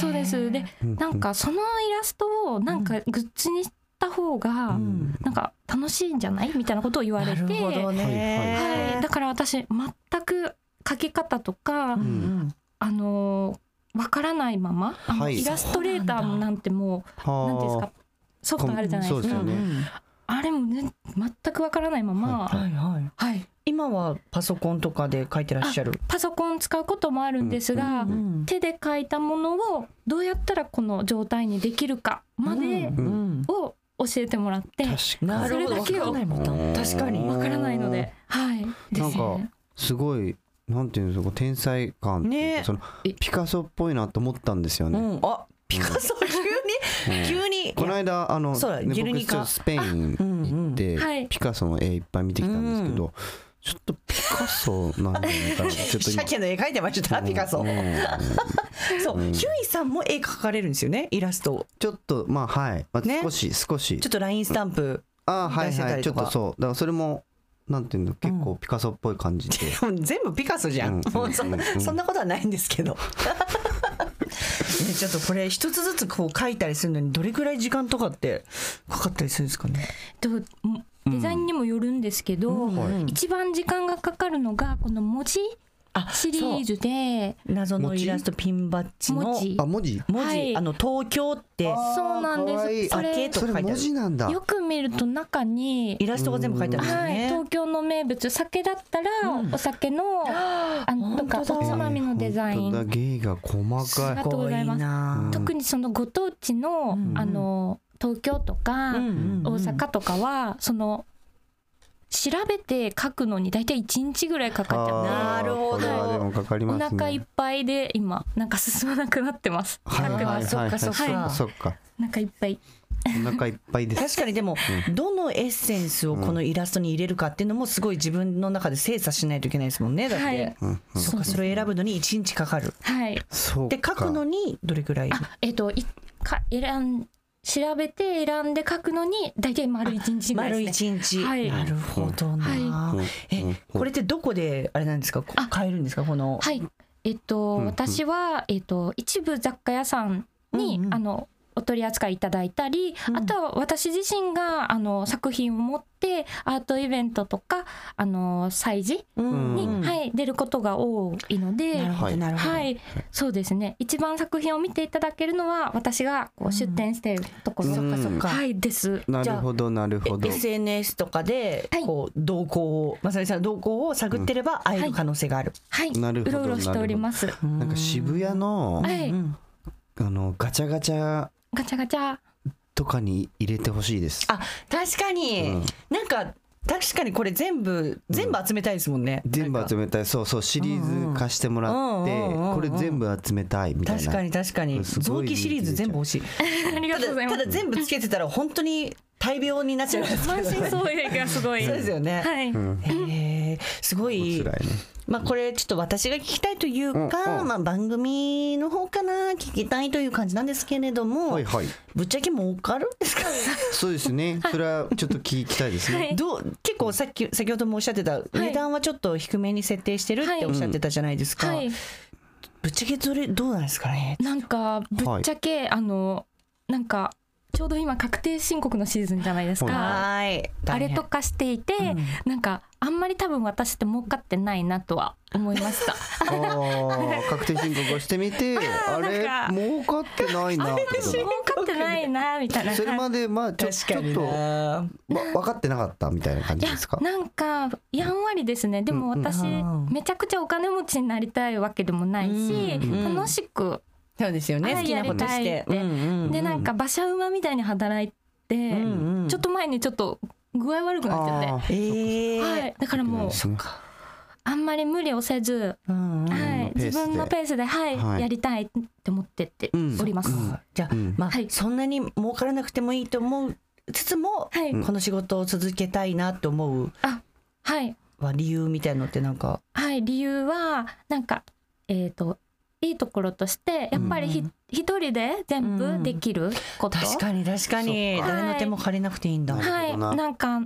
Speaker 8: そうですで
Speaker 1: うん
Speaker 8: なんかそのイラストをなんかグッズにした方が
Speaker 1: ん
Speaker 8: なんか楽しいんじゃないみたいなことを言われて、
Speaker 1: ね
Speaker 8: はい、だから私全く描き方とか、
Speaker 1: ん
Speaker 8: あのーわからないまま、あの
Speaker 1: はい
Speaker 8: イラストレーターもなんてもう
Speaker 1: は
Speaker 8: なんていうんですかソフトあるじゃないで
Speaker 1: そうで
Speaker 8: す
Speaker 1: す
Speaker 8: か、
Speaker 1: よね。
Speaker 8: あれも、ね、全くわからないまま、
Speaker 1: は
Speaker 8: はい
Speaker 2: はいはい。
Speaker 8: い
Speaker 2: 今はパソコンとかで書いてらっしゃる。
Speaker 8: パソコン使うこともあるんですが、
Speaker 2: ん
Speaker 8: 手で描いたものをどうやったらこの状態にできるかまで
Speaker 2: うん
Speaker 8: を教えてもらって、
Speaker 1: 確
Speaker 2: な
Speaker 1: か
Speaker 2: るほど。わ
Speaker 8: それだけを
Speaker 2: かんないもんな確かに。
Speaker 8: わからないので、はい、です
Speaker 1: なんか
Speaker 8: ね。
Speaker 1: すごいなんていうんですか天才感っていうか
Speaker 2: ね
Speaker 1: その
Speaker 8: え
Speaker 1: ピカソっぽいなと思ったんですよ
Speaker 2: う
Speaker 1: ね。
Speaker 2: ん。あピカソ
Speaker 1: うん
Speaker 2: 急に急に。
Speaker 1: この間あの、
Speaker 2: そうだ
Speaker 1: ね、
Speaker 2: ゲル
Speaker 1: 僕
Speaker 2: ニ
Speaker 1: ちょっと
Speaker 2: カ
Speaker 1: スペイン
Speaker 2: うんうん
Speaker 1: 行って、
Speaker 8: はい
Speaker 1: ピカソの絵いっぱい見てきたんですけど、ちょっとピカソなんじゃないかなって ちょっと今
Speaker 2: 鮭の絵描いてましたピカソ
Speaker 1: う。ん
Speaker 2: そう、ヒュイさんも絵描かれるんですよね、イラストを。
Speaker 1: ちょっとまあはい、まあ、
Speaker 2: ね
Speaker 1: 少し、少し
Speaker 2: ちょっとラインスタンプ。
Speaker 1: あーはい
Speaker 2: 出して
Speaker 1: は
Speaker 2: た
Speaker 1: い
Speaker 2: り
Speaker 1: ちょ
Speaker 2: と
Speaker 1: っ
Speaker 2: か
Speaker 1: とそうだからそれもなんていうの結構ピカソっぽい感じ で、
Speaker 2: でも全部ピカソじゃ
Speaker 1: うん
Speaker 2: ん。もうそ
Speaker 1: うんうん
Speaker 2: そんなことはないんです けど。ねちょっとこれ一つずつこう描いたりするのにどれぐらい時間とかってかかったりするんですかね。
Speaker 8: ともデザインにもよるんですけど、
Speaker 1: はい
Speaker 8: 一番時間がかかるのがこの文字
Speaker 2: あ
Speaker 8: シリーズで
Speaker 2: 謎のイラストピンバッジの
Speaker 8: 文字
Speaker 1: あ文字
Speaker 2: 文
Speaker 8: は
Speaker 2: 字
Speaker 8: い
Speaker 2: あの東京って
Speaker 8: そうなんで
Speaker 1: あーか
Speaker 8: す
Speaker 1: わいい
Speaker 8: それ
Speaker 2: あ手と
Speaker 1: それ文字なんだ
Speaker 8: よく見ると中に
Speaker 2: イラストが全部描いてあるんですよ
Speaker 8: はい、
Speaker 2: ね。
Speaker 8: 東京の名物酒だったらお酒の、あのとかお
Speaker 2: 本当だ
Speaker 8: つまみのデザイ
Speaker 1: 本当だ
Speaker 8: ン、
Speaker 1: 芸が細か
Speaker 8: ありが
Speaker 1: い
Speaker 8: とうございます
Speaker 2: な
Speaker 1: うん
Speaker 8: 特にそのご当地
Speaker 2: う
Speaker 8: の、
Speaker 2: ん
Speaker 8: あの東京とか、大阪とかはその調べて書くのに大体1日ぐらいかかっちゃう
Speaker 1: あー
Speaker 2: なるほど
Speaker 1: これはでもかかり
Speaker 8: お
Speaker 1: ますね
Speaker 8: 腹いっぱいで今なんか進まなくなっ てます。
Speaker 1: はいはいはいはい
Speaker 2: そっかそっか
Speaker 1: そっか
Speaker 8: なんかいっぱい。
Speaker 1: お腹いっぱいです
Speaker 2: 確かにでも、どのエッセンスをこのイラストに入れるかっていうのもすごい自分の中で精査しないといけないですもんねだって、
Speaker 8: はい
Speaker 1: うんうん
Speaker 2: そうかそれを選ぶのに1日かかる
Speaker 8: はい。
Speaker 1: そう
Speaker 2: で書くのにどれぐらい
Speaker 8: あ、えっ、といか選ん調べて選んで書くのに大体丸一日ぐらい
Speaker 2: 丸
Speaker 8: ですね。
Speaker 2: 1日、
Speaker 8: はい
Speaker 2: なるほどな、
Speaker 1: はい
Speaker 2: えこれってどこであれなんですかこ
Speaker 8: あ
Speaker 2: 買えるんですかこの、
Speaker 8: はい。えっ、と、
Speaker 1: んうん
Speaker 8: 私はえっ、と一部雑貨屋さんに、
Speaker 2: うんうん
Speaker 8: あの。お取り扱いいただいたり、
Speaker 2: うん
Speaker 8: あとは私自身があの作品を持ってアートイベントとかあの催事
Speaker 2: うん
Speaker 8: に、はい、出ることが多いので、
Speaker 2: なるほ
Speaker 1: は
Speaker 2: ど
Speaker 1: い
Speaker 2: なるほど、
Speaker 8: はい、そうですね。一番作品を見ていただけるのは私がこう出展しているところ、
Speaker 1: うんそっかそっ
Speaker 2: か
Speaker 8: はいです。
Speaker 1: な
Speaker 2: じ
Speaker 1: る
Speaker 2: ゃあ
Speaker 1: ほどなるほど
Speaker 2: SNS とかで
Speaker 8: はい
Speaker 2: こう動向をまさみさんの動向を探ってれば会える可能性がある、
Speaker 8: はい、
Speaker 1: なるほ
Speaker 8: う
Speaker 1: ど
Speaker 8: ろうろしております。
Speaker 1: なんか渋谷の
Speaker 8: はい、
Speaker 2: うん
Speaker 1: あのガチャガチャ
Speaker 8: ガチャガチャ。
Speaker 1: とかに入れてほしいです
Speaker 2: あ確かに、
Speaker 1: うん
Speaker 2: なんか確かにこれ全部全部集めたいですもんね、
Speaker 1: 全部集めたいそうそうシリーズ化してもらって
Speaker 2: うんうんうんうんうん
Speaker 1: これ全部集めたいみたいな
Speaker 2: 確かに確かに
Speaker 1: すご
Speaker 2: 臓
Speaker 1: い
Speaker 2: 器シリーズ全部欲しい
Speaker 8: ありが
Speaker 2: た
Speaker 8: とうござい
Speaker 2: だ
Speaker 8: ま
Speaker 2: た
Speaker 8: す。
Speaker 2: だ全部つけてたら本当に大病になっちゃいま す
Speaker 8: 満身創痍がすごい。
Speaker 2: そうですよね、
Speaker 8: はい、
Speaker 2: へえすご
Speaker 1: 辛い
Speaker 2: い
Speaker 1: ね
Speaker 2: まあこれちょっと私が聞きたいという
Speaker 1: うん
Speaker 2: か、
Speaker 1: うん
Speaker 2: まあ、番組の方かな聞きたいという感じなんですけれども、
Speaker 1: はいはい
Speaker 2: ぶっちゃけ儲かるんですか
Speaker 1: そうです ねそれはちょっと聞きたいですね
Speaker 8: はい
Speaker 2: どう結構さっき先ほどもおっしゃってた、値段はちょっと低めに設定してるっておっしゃってたじゃないですか、
Speaker 8: はい、
Speaker 2: ぶっちゃけそれどうなんですかね
Speaker 8: なんかぶっちゃけ、あの、なんか。ちょうど今確定申告のシーズンじゃないですか。
Speaker 2: はい
Speaker 8: あれとかしていて、なんかあんまり多分私って儲かってないなとは思い ました。
Speaker 1: ああ確定申告をしてみ てあれ
Speaker 8: なんか
Speaker 1: 儲かってないなってこと
Speaker 8: 儲かってな いなみたいな
Speaker 1: それまでまあちょ
Speaker 2: 確
Speaker 1: ち
Speaker 2: か
Speaker 1: ょっ
Speaker 2: に
Speaker 1: と
Speaker 2: な
Speaker 1: わ分かってなかったみたいな感
Speaker 8: い
Speaker 1: じ
Speaker 8: や
Speaker 1: ですか
Speaker 8: なんかやんわりですねでも私、
Speaker 2: うん
Speaker 8: めちゃくちゃお金持ちになりたいわけでもないし、
Speaker 2: うん
Speaker 8: 楽しく
Speaker 2: そうですよね。
Speaker 8: あ
Speaker 2: 好きなことし
Speaker 8: や
Speaker 2: て
Speaker 8: り。たいって
Speaker 2: ん
Speaker 8: でなんか馬車馬みたいに働いて、
Speaker 2: うんうん
Speaker 8: ちょっと前にちょっと具合悪くなっちゃって、
Speaker 1: あー
Speaker 2: ええー。
Speaker 8: はい、だからもう
Speaker 1: そっ
Speaker 8: あんまり無理をせず、
Speaker 2: うんうん
Speaker 8: はい、
Speaker 1: ペースで
Speaker 8: 自分のペースで、はい
Speaker 1: はい
Speaker 8: やりたいって思ってって
Speaker 1: うん
Speaker 8: おります。
Speaker 1: うん
Speaker 2: じゃあ、
Speaker 1: うん
Speaker 2: まあ、
Speaker 8: はい
Speaker 2: そんなに儲からなくてもいいと思うつつも、
Speaker 8: はい、
Speaker 2: この仕事を続けたいなと思う
Speaker 8: はい、
Speaker 2: は理由みたいのってなんか
Speaker 8: はい、理由はなんかえっ、といいところとしてやっぱりひ、
Speaker 2: うんうん
Speaker 8: 一人で全部できること、
Speaker 2: 確かに確かに
Speaker 1: そっ
Speaker 8: か
Speaker 2: 誰の手も借りなくていいんだ、
Speaker 1: はい
Speaker 8: は
Speaker 1: なる
Speaker 8: い、
Speaker 1: ほどな
Speaker 8: なんか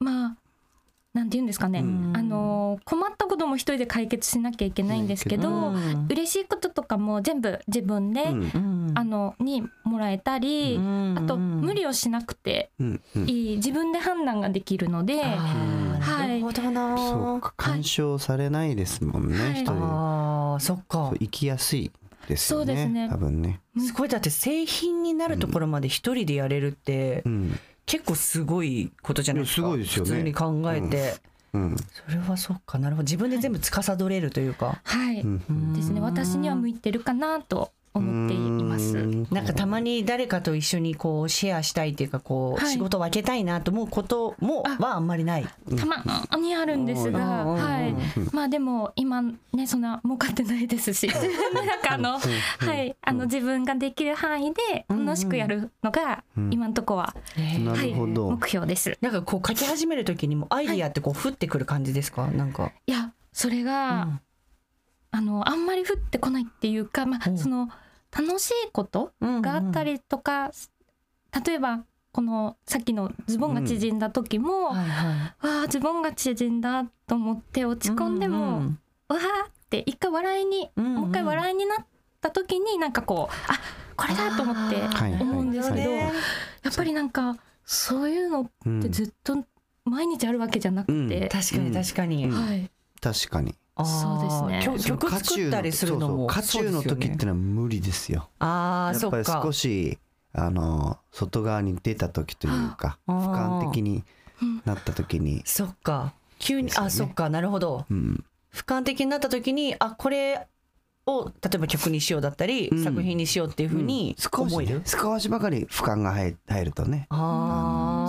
Speaker 8: まあなんて言うんですかね、
Speaker 1: うん
Speaker 8: あの困ったことも一人で解決しなきゃいけないんですけ
Speaker 2: う
Speaker 8: ど、
Speaker 2: ん
Speaker 8: 嬉しいこととかも全部自分で、
Speaker 1: うん
Speaker 2: うん
Speaker 8: あのにもらえたり、
Speaker 2: うん
Speaker 8: あと無理をしなくて
Speaker 1: うんうん
Speaker 8: いい自分で判断ができるので、
Speaker 2: あー
Speaker 8: はい
Speaker 2: なるほどな
Speaker 1: そうか干渉されないですもんね、
Speaker 8: はい
Speaker 1: 一人
Speaker 2: あーそっか
Speaker 1: そう生きやすいですよね
Speaker 8: そうですね
Speaker 1: 多分ね、
Speaker 2: すごいだって製品になるところまで一人でやれるって、
Speaker 1: うん
Speaker 2: 結構すごいことじゃないですか
Speaker 1: いやすごいですよね
Speaker 2: 普通に考えて、
Speaker 1: うん
Speaker 2: それはそっかなるほど自分で全部司れるというか、
Speaker 8: はい、
Speaker 1: うん
Speaker 2: うん
Speaker 8: ですね私には向いてるかなと思っています。
Speaker 1: うん
Speaker 2: なんかたまに誰かと一緒にこうシェアしたいっていうかこう
Speaker 8: はい
Speaker 2: 仕事を分けたいなと思うことも
Speaker 8: あ
Speaker 2: はあんまりない。
Speaker 8: たまにあるんですが、
Speaker 2: うん
Speaker 8: はい、まあでも今ねそんな儲かってないですし、なんかあの、はい、あの自分ができる範囲で楽しくやるのが
Speaker 1: うん
Speaker 8: 今のとこは
Speaker 1: なるほど、
Speaker 8: 目標です。
Speaker 2: なんかこう書き始める時にもアイディアってこう降ってくる感じですかなんか。
Speaker 8: いやそれが、あのあんまり降ってこないっていうか、ま
Speaker 2: う
Speaker 8: あ
Speaker 2: ん
Speaker 8: その楽しいことがあった
Speaker 2: り、
Speaker 8: りとか、例えばこのさっきのズボンが縮んだ時も、わ
Speaker 2: はいは
Speaker 8: あズボンが縮んだと思って落
Speaker 2: い、
Speaker 8: ち込んでも、
Speaker 2: ううん
Speaker 8: わーって一回笑いに、
Speaker 2: うんうん
Speaker 8: もう一回笑いになった時になんかこうあこれだと思って
Speaker 2: あ
Speaker 1: はい
Speaker 2: ー
Speaker 8: 思うんですけど、
Speaker 2: なるほ
Speaker 8: やっぱりなんかそういうのっ
Speaker 1: うん
Speaker 8: てずっと毎日あるわけじゃなく
Speaker 1: うん
Speaker 8: て、
Speaker 2: 確かに確かに。
Speaker 8: はい、
Speaker 1: 確かに
Speaker 2: あー
Speaker 8: そうです
Speaker 2: 曲
Speaker 8: ね
Speaker 2: 曲
Speaker 1: 渦中
Speaker 2: 作ったりするのも
Speaker 1: そうそう渦中の時ってのは無理ですよ
Speaker 2: ああ
Speaker 1: や
Speaker 2: そ
Speaker 1: っ
Speaker 2: っ
Speaker 1: ぱり
Speaker 2: か
Speaker 1: 少。しあの外側に出た時というか
Speaker 2: あー
Speaker 1: 俯瞰的になった時に、
Speaker 2: そっか急に、
Speaker 1: ですよね
Speaker 2: あそっかなるほど
Speaker 1: うん、
Speaker 2: 俯瞰的になった時にあこれを例えば曲にしようだったり、
Speaker 1: うん
Speaker 2: 作品にしようっていうふうに
Speaker 1: 少し
Speaker 2: 思える、
Speaker 1: ね少しばかり俯瞰が入入るとね
Speaker 2: あ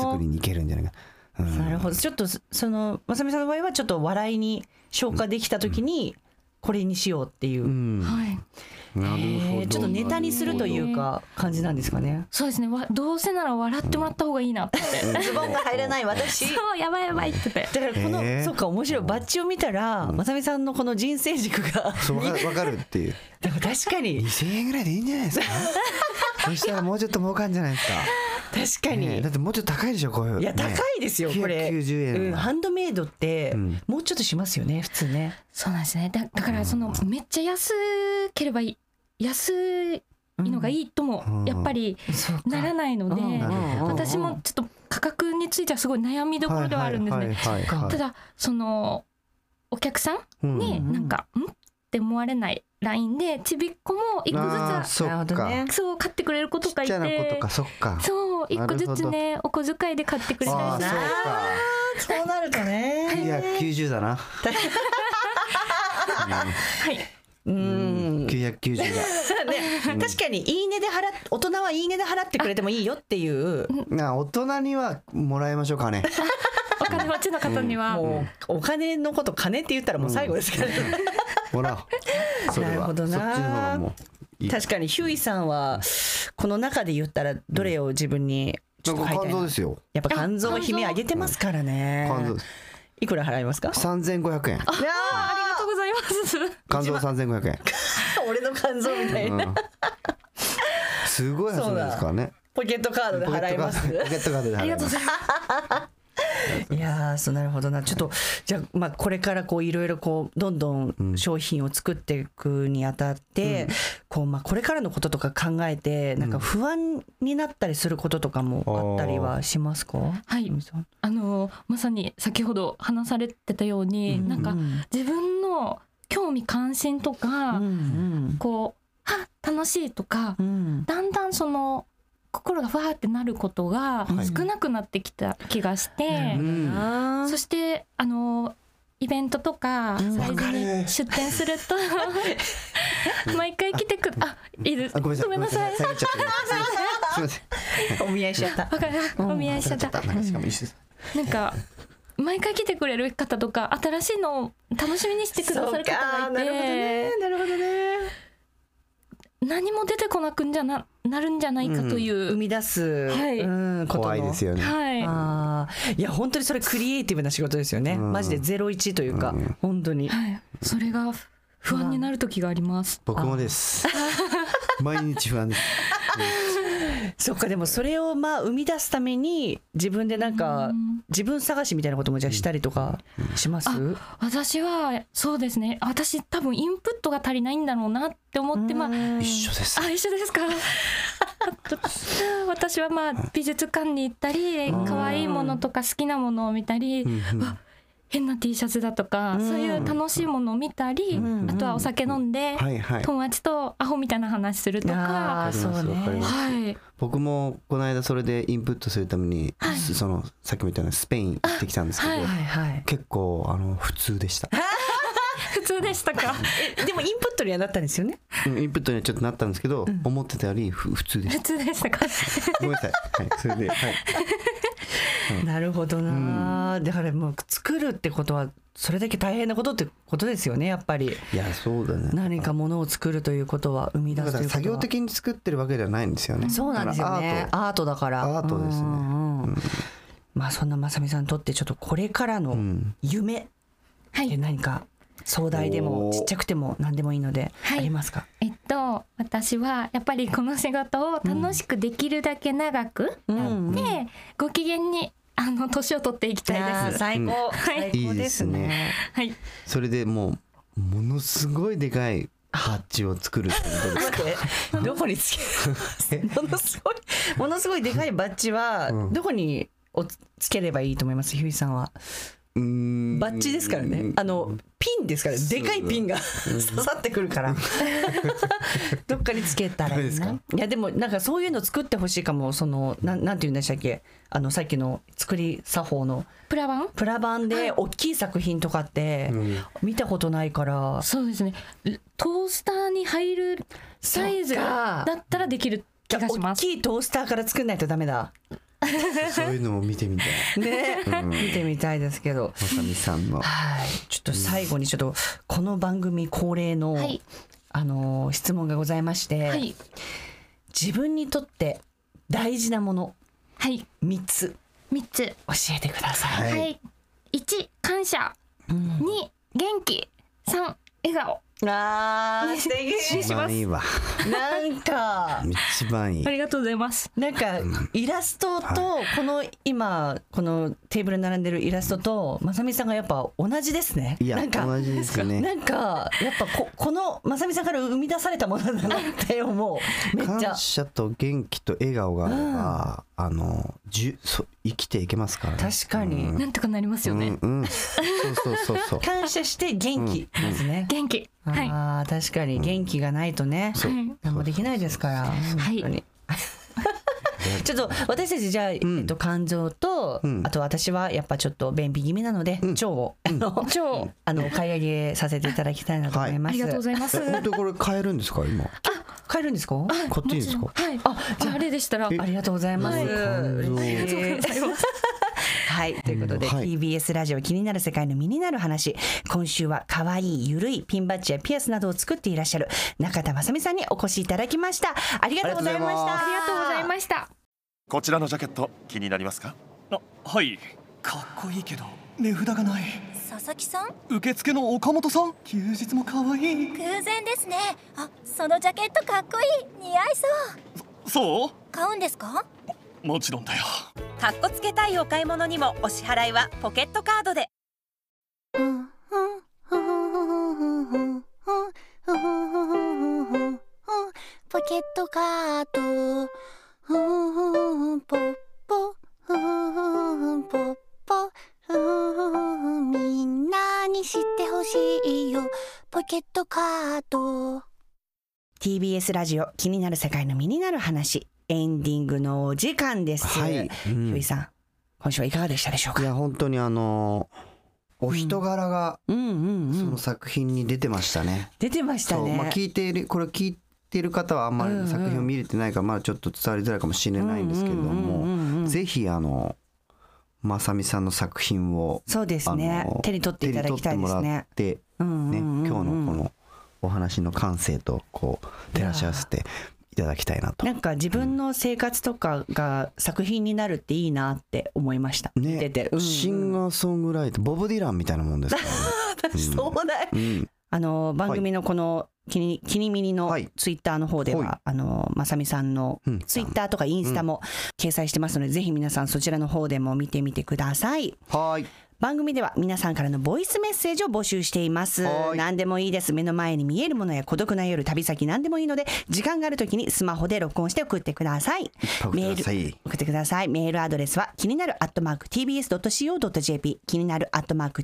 Speaker 2: ー
Speaker 1: 作りに行けるんじゃないか、うん
Speaker 2: なるほどちょっとそそのまさみさんの場合はちょっと笑いに消化できた時にこれにしようっていう、
Speaker 1: うん
Speaker 8: はい、
Speaker 1: なるほ
Speaker 2: へ
Speaker 1: ど
Speaker 2: ーちょっとネタにするというか感じなんですかね。
Speaker 8: そうですねわどうせなら笑ってもらった方がいいなって
Speaker 2: ズボンが入らない私
Speaker 8: そうやばいやばいって言って
Speaker 2: だからこの、
Speaker 1: へー
Speaker 2: そうか面白いバッジを見たらまさみさんのこの人生軸が
Speaker 1: そうわかわかるっていう
Speaker 2: でも確かに
Speaker 1: 2000円ぐらいでいいんじゃない ですかそしたらもうちょっと儲かんじゃないですか
Speaker 2: 確かに、
Speaker 1: ねえだってもうちょっと高いでしょこういう
Speaker 2: いや高
Speaker 1: ね
Speaker 2: いですよ、これ
Speaker 1: 990円
Speaker 2: うん、ハンドメイドって、
Speaker 1: うん
Speaker 2: もうちょっとしますよね普通ね、
Speaker 8: そうなんですねだだからそのめっちゃ安ければいい安いのが
Speaker 2: い
Speaker 8: いいともやっぱり
Speaker 2: そうか
Speaker 8: ならないので、
Speaker 2: うん
Speaker 1: なるほど
Speaker 8: 私もちょっと価格についてはすごい悩みどころではあるんですね。
Speaker 1: はいはいはいはい
Speaker 8: ただそのお客さ
Speaker 1: うん
Speaker 8: んに
Speaker 2: うん
Speaker 8: なんか「ん?」って思われないラインでちびっこも一個ず
Speaker 1: あ
Speaker 8: つ
Speaker 1: ー
Speaker 8: は
Speaker 1: そ
Speaker 2: な
Speaker 1: っ
Speaker 2: るほど
Speaker 1: か、
Speaker 2: ね
Speaker 8: そう買ってくれる子と
Speaker 1: ち
Speaker 8: か
Speaker 1: っ
Speaker 8: い
Speaker 1: ちゃな子と
Speaker 8: て
Speaker 1: かそっか
Speaker 8: そう一個ずつねお小遣いで買ってくれた
Speaker 1: あ
Speaker 8: り
Speaker 1: ー
Speaker 8: す
Speaker 1: そう
Speaker 8: る
Speaker 2: そうなると
Speaker 1: かい
Speaker 2: ね
Speaker 1: や90だな
Speaker 2: う
Speaker 1: うん
Speaker 2: んね
Speaker 1: 990
Speaker 2: 確かにいいねで払っ大人はいいねで払ってくれてもいいよっていう
Speaker 1: だな大人にはもらいましょうかね
Speaker 8: お金持ちの方には、
Speaker 2: もうお金のこと金って言ったらもう最後ですから、ね
Speaker 1: ほらそれは
Speaker 2: なるほどな
Speaker 1: そっちの方がもういい
Speaker 2: 確かにヒューイさんはこの中で言ったらどれを自分にちょっと
Speaker 1: な
Speaker 2: 書
Speaker 1: んか
Speaker 2: いたい
Speaker 1: 肝臓
Speaker 2: な
Speaker 1: ですよ
Speaker 2: やっぱ肝臓は悲鳴上げてますからね
Speaker 1: 肝臓です
Speaker 2: いくら払い ますか
Speaker 1: 3500円
Speaker 2: いやー
Speaker 8: ありがとうございます。
Speaker 1: 肝臓3500円
Speaker 2: 俺の肝臓みたいな、
Speaker 1: うんすごい発明ですからね。
Speaker 2: ポケットカードで
Speaker 1: ポケッ
Speaker 2: 払い
Speaker 1: トカ
Speaker 2: ます
Speaker 1: ードポケットカードで
Speaker 8: あ
Speaker 1: 払
Speaker 8: り
Speaker 1: いま
Speaker 8: がとうご
Speaker 1: す。
Speaker 8: ざいます。
Speaker 2: いやーそうなるほどなちょっとじゃあ,、まあこれからこういろいろこうどんどん商品を作っていくにあたって、こうまあ、これからのこととか考えてなんか不安になったりすることとかもあったりはしますか、
Speaker 8: はい
Speaker 2: みさん
Speaker 8: あのまさに先ほど話されてたように、なんか自分の興味関心とか、
Speaker 2: うん
Speaker 8: こうあ楽しいとか、
Speaker 2: うんうん
Speaker 8: だんだんその心がわーってなることが
Speaker 1: い
Speaker 8: 少なくなってきた気がして、
Speaker 1: うん
Speaker 2: あー
Speaker 8: そしてあのイベントとかサイズに出店すると毎回来てくあいいです
Speaker 1: あごめんなさい。
Speaker 8: ごめんなさい
Speaker 1: 下げちゃった。すみません。
Speaker 2: お見合いしちゃった
Speaker 8: わかる お見合いしちゃった
Speaker 1: 下げなんかしかも一緒です。
Speaker 8: なんか毎回来てくれる方とか新しいのを楽しみにしてくださる方がいて
Speaker 2: なるほどね
Speaker 8: 何も出てこなくんじゃななるんじゃないかという、
Speaker 2: 生み出す、
Speaker 8: はい
Speaker 2: うん、ことの
Speaker 1: 怖いですよね。
Speaker 8: はいは
Speaker 2: あーいや本当にそれクリエイティブな仕事ですよね、
Speaker 1: うん
Speaker 2: マジでゼロ一というか、本当 に
Speaker 8: いそれが不安になる時があります
Speaker 1: 僕もです。毎日不安 です。
Speaker 2: そっかでもそれをまあ生み出すために自分でなんか、
Speaker 8: うん
Speaker 2: 自分探しみたいなこともじゃあしたりとかします、
Speaker 8: 私はそうですね私多分インプットが足りないんだろうなって思ってまあ
Speaker 2: うん
Speaker 1: 一緒です。
Speaker 8: あ一緒ですかあと私はまあ美術館に行ったり
Speaker 1: うん
Speaker 8: 可愛いものとか好きなものを見たり
Speaker 1: うんうん
Speaker 8: あ変な T シャツだとか
Speaker 2: うん
Speaker 8: そういう楽しいものを見たり
Speaker 1: ん
Speaker 8: あとはお酒飲んで
Speaker 1: はいはい。
Speaker 8: 友達とアホみたいな話すると
Speaker 2: あ
Speaker 8: か
Speaker 2: ーそう
Speaker 1: わかり
Speaker 2: ね
Speaker 1: ます
Speaker 8: はい
Speaker 1: 僕もこの間それでインプットするために、そのさっきも言ったようにスペイン行ってきたんですけど、
Speaker 8: あはい
Speaker 2: はいはい
Speaker 1: 結構あの普通でした。
Speaker 8: 普通でした か
Speaker 2: でもインプットにはなったんですよね
Speaker 1: うんインプットにはちょっとなったんですけど、思ってたよりふ普通でし
Speaker 8: 普
Speaker 1: た。
Speaker 8: 通でした か
Speaker 1: ごめんなさい。はい、それで、はい。
Speaker 2: なるほどな、だからもう作るってことはそれだけ大変なことってことですよねやっぱり
Speaker 1: いやそうだね。
Speaker 2: 何かものを作るということは生み出
Speaker 1: だ
Speaker 2: す
Speaker 1: か
Speaker 2: ということ
Speaker 1: ら
Speaker 2: は
Speaker 1: 作業的に作ってるわけではないんですよね。
Speaker 2: そうなんですよね
Speaker 1: だから
Speaker 2: アートだから
Speaker 1: アートですね
Speaker 2: うんうんまあそんなまさみさんにとってちょっとこれから
Speaker 1: アート。う
Speaker 2: の
Speaker 1: ん。
Speaker 2: 夢って何か壮大で
Speaker 1: お
Speaker 2: も
Speaker 1: ー
Speaker 2: ちっちゃくても何でもいいのであ
Speaker 8: はい
Speaker 2: りますか、
Speaker 8: えっと私はやっぱりこの仕事を楽しくできるだけ長く
Speaker 2: う
Speaker 8: や
Speaker 2: ん
Speaker 8: ってご機嫌にあの年を取っていきたいです
Speaker 2: 最高、
Speaker 8: はい
Speaker 2: 最高です
Speaker 1: い
Speaker 2: ね
Speaker 1: いですね
Speaker 8: はい
Speaker 1: それでもうものすごいでかいバッジを作るってことですか。
Speaker 2: 待って どこにつけ ものすごいものすごいでかいバッジは
Speaker 1: うん
Speaker 2: どこにおつつければいいと思いますひゅいさんは
Speaker 1: うーん
Speaker 2: バッジですからねあのピンですからでかいピンが刺さってくるから どっかにつけたらいい
Speaker 1: ダメ
Speaker 2: な
Speaker 1: で
Speaker 2: いやでもなんかそういうの作ってほしいかもそのなんなんて言うんでしたっけあのさっきの作り作法の
Speaker 8: プラバン
Speaker 2: プラ版で大きい作品とかって
Speaker 1: うん
Speaker 2: 見たことないから、
Speaker 8: そうですねトースターに入るサイズ
Speaker 2: そっか
Speaker 8: だったらできる気がしま
Speaker 2: 大
Speaker 8: す
Speaker 2: きいトースターから作んないとダメだ
Speaker 1: そういうのも見てみたい。
Speaker 2: ね、 見てみたいですけど
Speaker 1: まさみさんの。
Speaker 2: はいちょっと最後にちょっとこの番組恒例の、
Speaker 8: はい
Speaker 2: あのー質問がございまして、
Speaker 8: はい
Speaker 2: 自分にとって大事なもの
Speaker 8: はい
Speaker 2: 3つ
Speaker 8: 三つ
Speaker 2: 教えてください、
Speaker 1: はい
Speaker 8: はい一感謝二元気三笑顔
Speaker 2: あー素敵
Speaker 1: 一番いいわ。
Speaker 2: なんか
Speaker 1: 一番いい
Speaker 8: あ。りがとうございます
Speaker 2: なんかイラストとこの今このテーブルに並んでるイラストとまさみさんがやっぱ同じですね。
Speaker 1: いや
Speaker 2: なんか
Speaker 1: 同じですね。
Speaker 2: なんかやっぱここのまさみさんから生み出されたものだなって思う。めっちゃ
Speaker 1: 感謝と元気と笑顔があれば、あのじゅそ生きていけますからね。
Speaker 2: 確かに
Speaker 1: うん
Speaker 8: なんとかなりますよね、
Speaker 1: うんうん。そうそうそう そう。
Speaker 2: 感謝して元気ですね。
Speaker 8: 元気はいは
Speaker 2: ああ確かに元気がないとね
Speaker 1: そう
Speaker 2: 何もできないですから。
Speaker 8: い
Speaker 2: 本当にちょっと私たちじゃあ、えっと、肝臓と、
Speaker 1: ん
Speaker 2: あと私はやっぱちょっと便秘気味なので、腸を、あの
Speaker 8: 超
Speaker 2: あの買い上げさせていただきたいなと思い
Speaker 8: あ
Speaker 2: ます。
Speaker 8: りがとうございます
Speaker 1: 本当これ買えるんですか今。
Speaker 2: 買えるんですか？
Speaker 1: こっちですか
Speaker 8: も。ちろんはいああれでしたら
Speaker 1: え
Speaker 2: ありがとうございます。
Speaker 1: はい
Speaker 2: 嬉しい はい、ということで、
Speaker 1: うんはい
Speaker 2: TBS ラジオ気になる世界の身になる話。今週は可愛いゆるいピンバッジやピアスなどを作っていらっしゃる中田正美さんにお越しいただきました。ありがとうございました。
Speaker 8: ありがとうございました
Speaker 5: こちらのジャケット気になりますか
Speaker 9: あはいかっこいいけど値札がない
Speaker 6: 佐々木さん
Speaker 9: 受付の岡本さん休日もかわいい
Speaker 6: 偶然ですねあそのジャケットかっこいい似合いそう
Speaker 9: そ
Speaker 6: 買うんですか
Speaker 9: うもちろんだよ
Speaker 7: かっこつけたいお買い物にもお支払いはポケットカードで
Speaker 10: ポケットカードポッポポッポみんなに知ってほしいよポケットカード
Speaker 2: TBS ラジオ気になる世界の身になる話。エンディングのお時間です。
Speaker 1: はい。う
Speaker 2: ひゅ
Speaker 1: ん
Speaker 2: いさん、今週はいかがでしたでしょうか
Speaker 1: い。や本当にあのお人柄が
Speaker 2: その
Speaker 1: 作品に出てましたね。
Speaker 2: 出てました
Speaker 1: そう
Speaker 2: ね
Speaker 1: まあ、聞いているこれ聞いてる方はあんま
Speaker 2: うんうん
Speaker 1: り作品を見れてないからまだちょっと伝わりづらいかもしれないんですけれどもぜひあのまさみさんの作品を
Speaker 2: そうですね
Speaker 1: あの
Speaker 2: 手に取っていただきたいですね
Speaker 1: 手に取ってもらってね今日のこのお話の感性とこう照らし合わせていただきたいなと。
Speaker 2: なんか自分の生活とかが作品になるっていいなって思いました、見てて、うん
Speaker 1: シンガーソングライターボブ・ディランみたいなもんですからね。
Speaker 2: 私そうだよ、
Speaker 1: うん
Speaker 2: あの番組のこの「きにきにみに」のツイッターの方では、あのまさみさんのツイッターとかインスタも掲載してますので、ぜひ皆さんそちらの方でも見てみてください。
Speaker 1: はい
Speaker 2: 番組では皆さんからのボイスメッセージを募集しています何でもいいです目の前に見えるものや孤独な夜旅先何でもいいので時間がある時にスマホで録音して送ってくださいメール送ってください。メールアドレスは気になるアットマーク tbs.co.jp 気になるアットマーク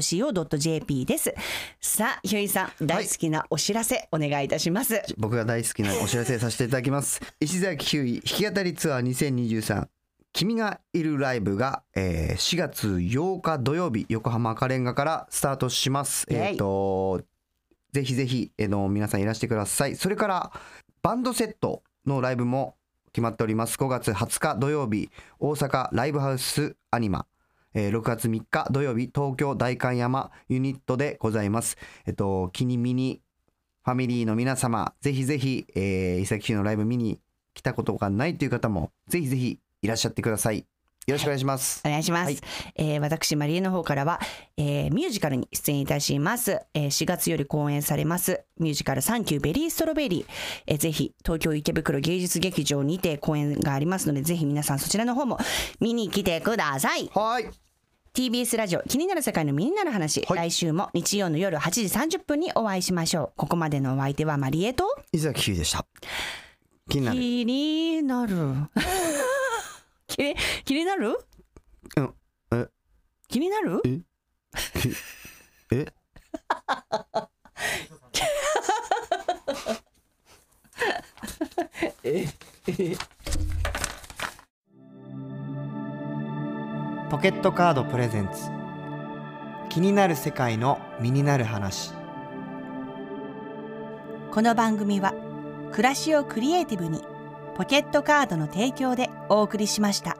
Speaker 2: tbs.co.jp です。さあ、ひゅいさん、大好きなお知らせお願いいたします。
Speaker 1: 僕が大好きなお知らせさせていただき ます。石崎ひゅーい弾き語りツアー2023君がいるライブが、えー4月8日土曜日横浜赤レンガからスタートします。
Speaker 2: イェイ
Speaker 1: えっ、とぜひぜひ、えーの皆さんいらしてください。それからバンドセットのライブも決まっております。5月20日土曜日大阪ライブハウスアニマ。えー6月3日土曜日東京代官山ユニットでございます。えっ、とキニミニファミリーの皆様、ぜひぜひ、えー、伊崎市のライブ見に来たことがないという方も、ぜひぜひいらっしゃってください。よろしくお願いします。
Speaker 2: お願いします、えー私マリエの方からは、えーミュージカルに出演いたします、えー4月より公演されますミュージカル「サンキューベリーストロベリー」えーぜひ東京池袋芸術劇場にて公演がありますのでぜひ皆さんそちらの方も見に来てください
Speaker 1: はい
Speaker 2: TBS ラジオ気になる世界の身になる話、来週も日曜の夜8時30分にお会いしましょうここまでのお相手はマリエと
Speaker 1: 伊崎ひゅーいでした。気になる。
Speaker 2: 気になる気に気になる
Speaker 1: うん、え、
Speaker 2: 気になる
Speaker 1: え、きえ、ポケットカードプレゼンツ。気になる世界の身になる話。
Speaker 11: この番組は暮らしをクリエイティブにポケットカードの提供でお送りしました。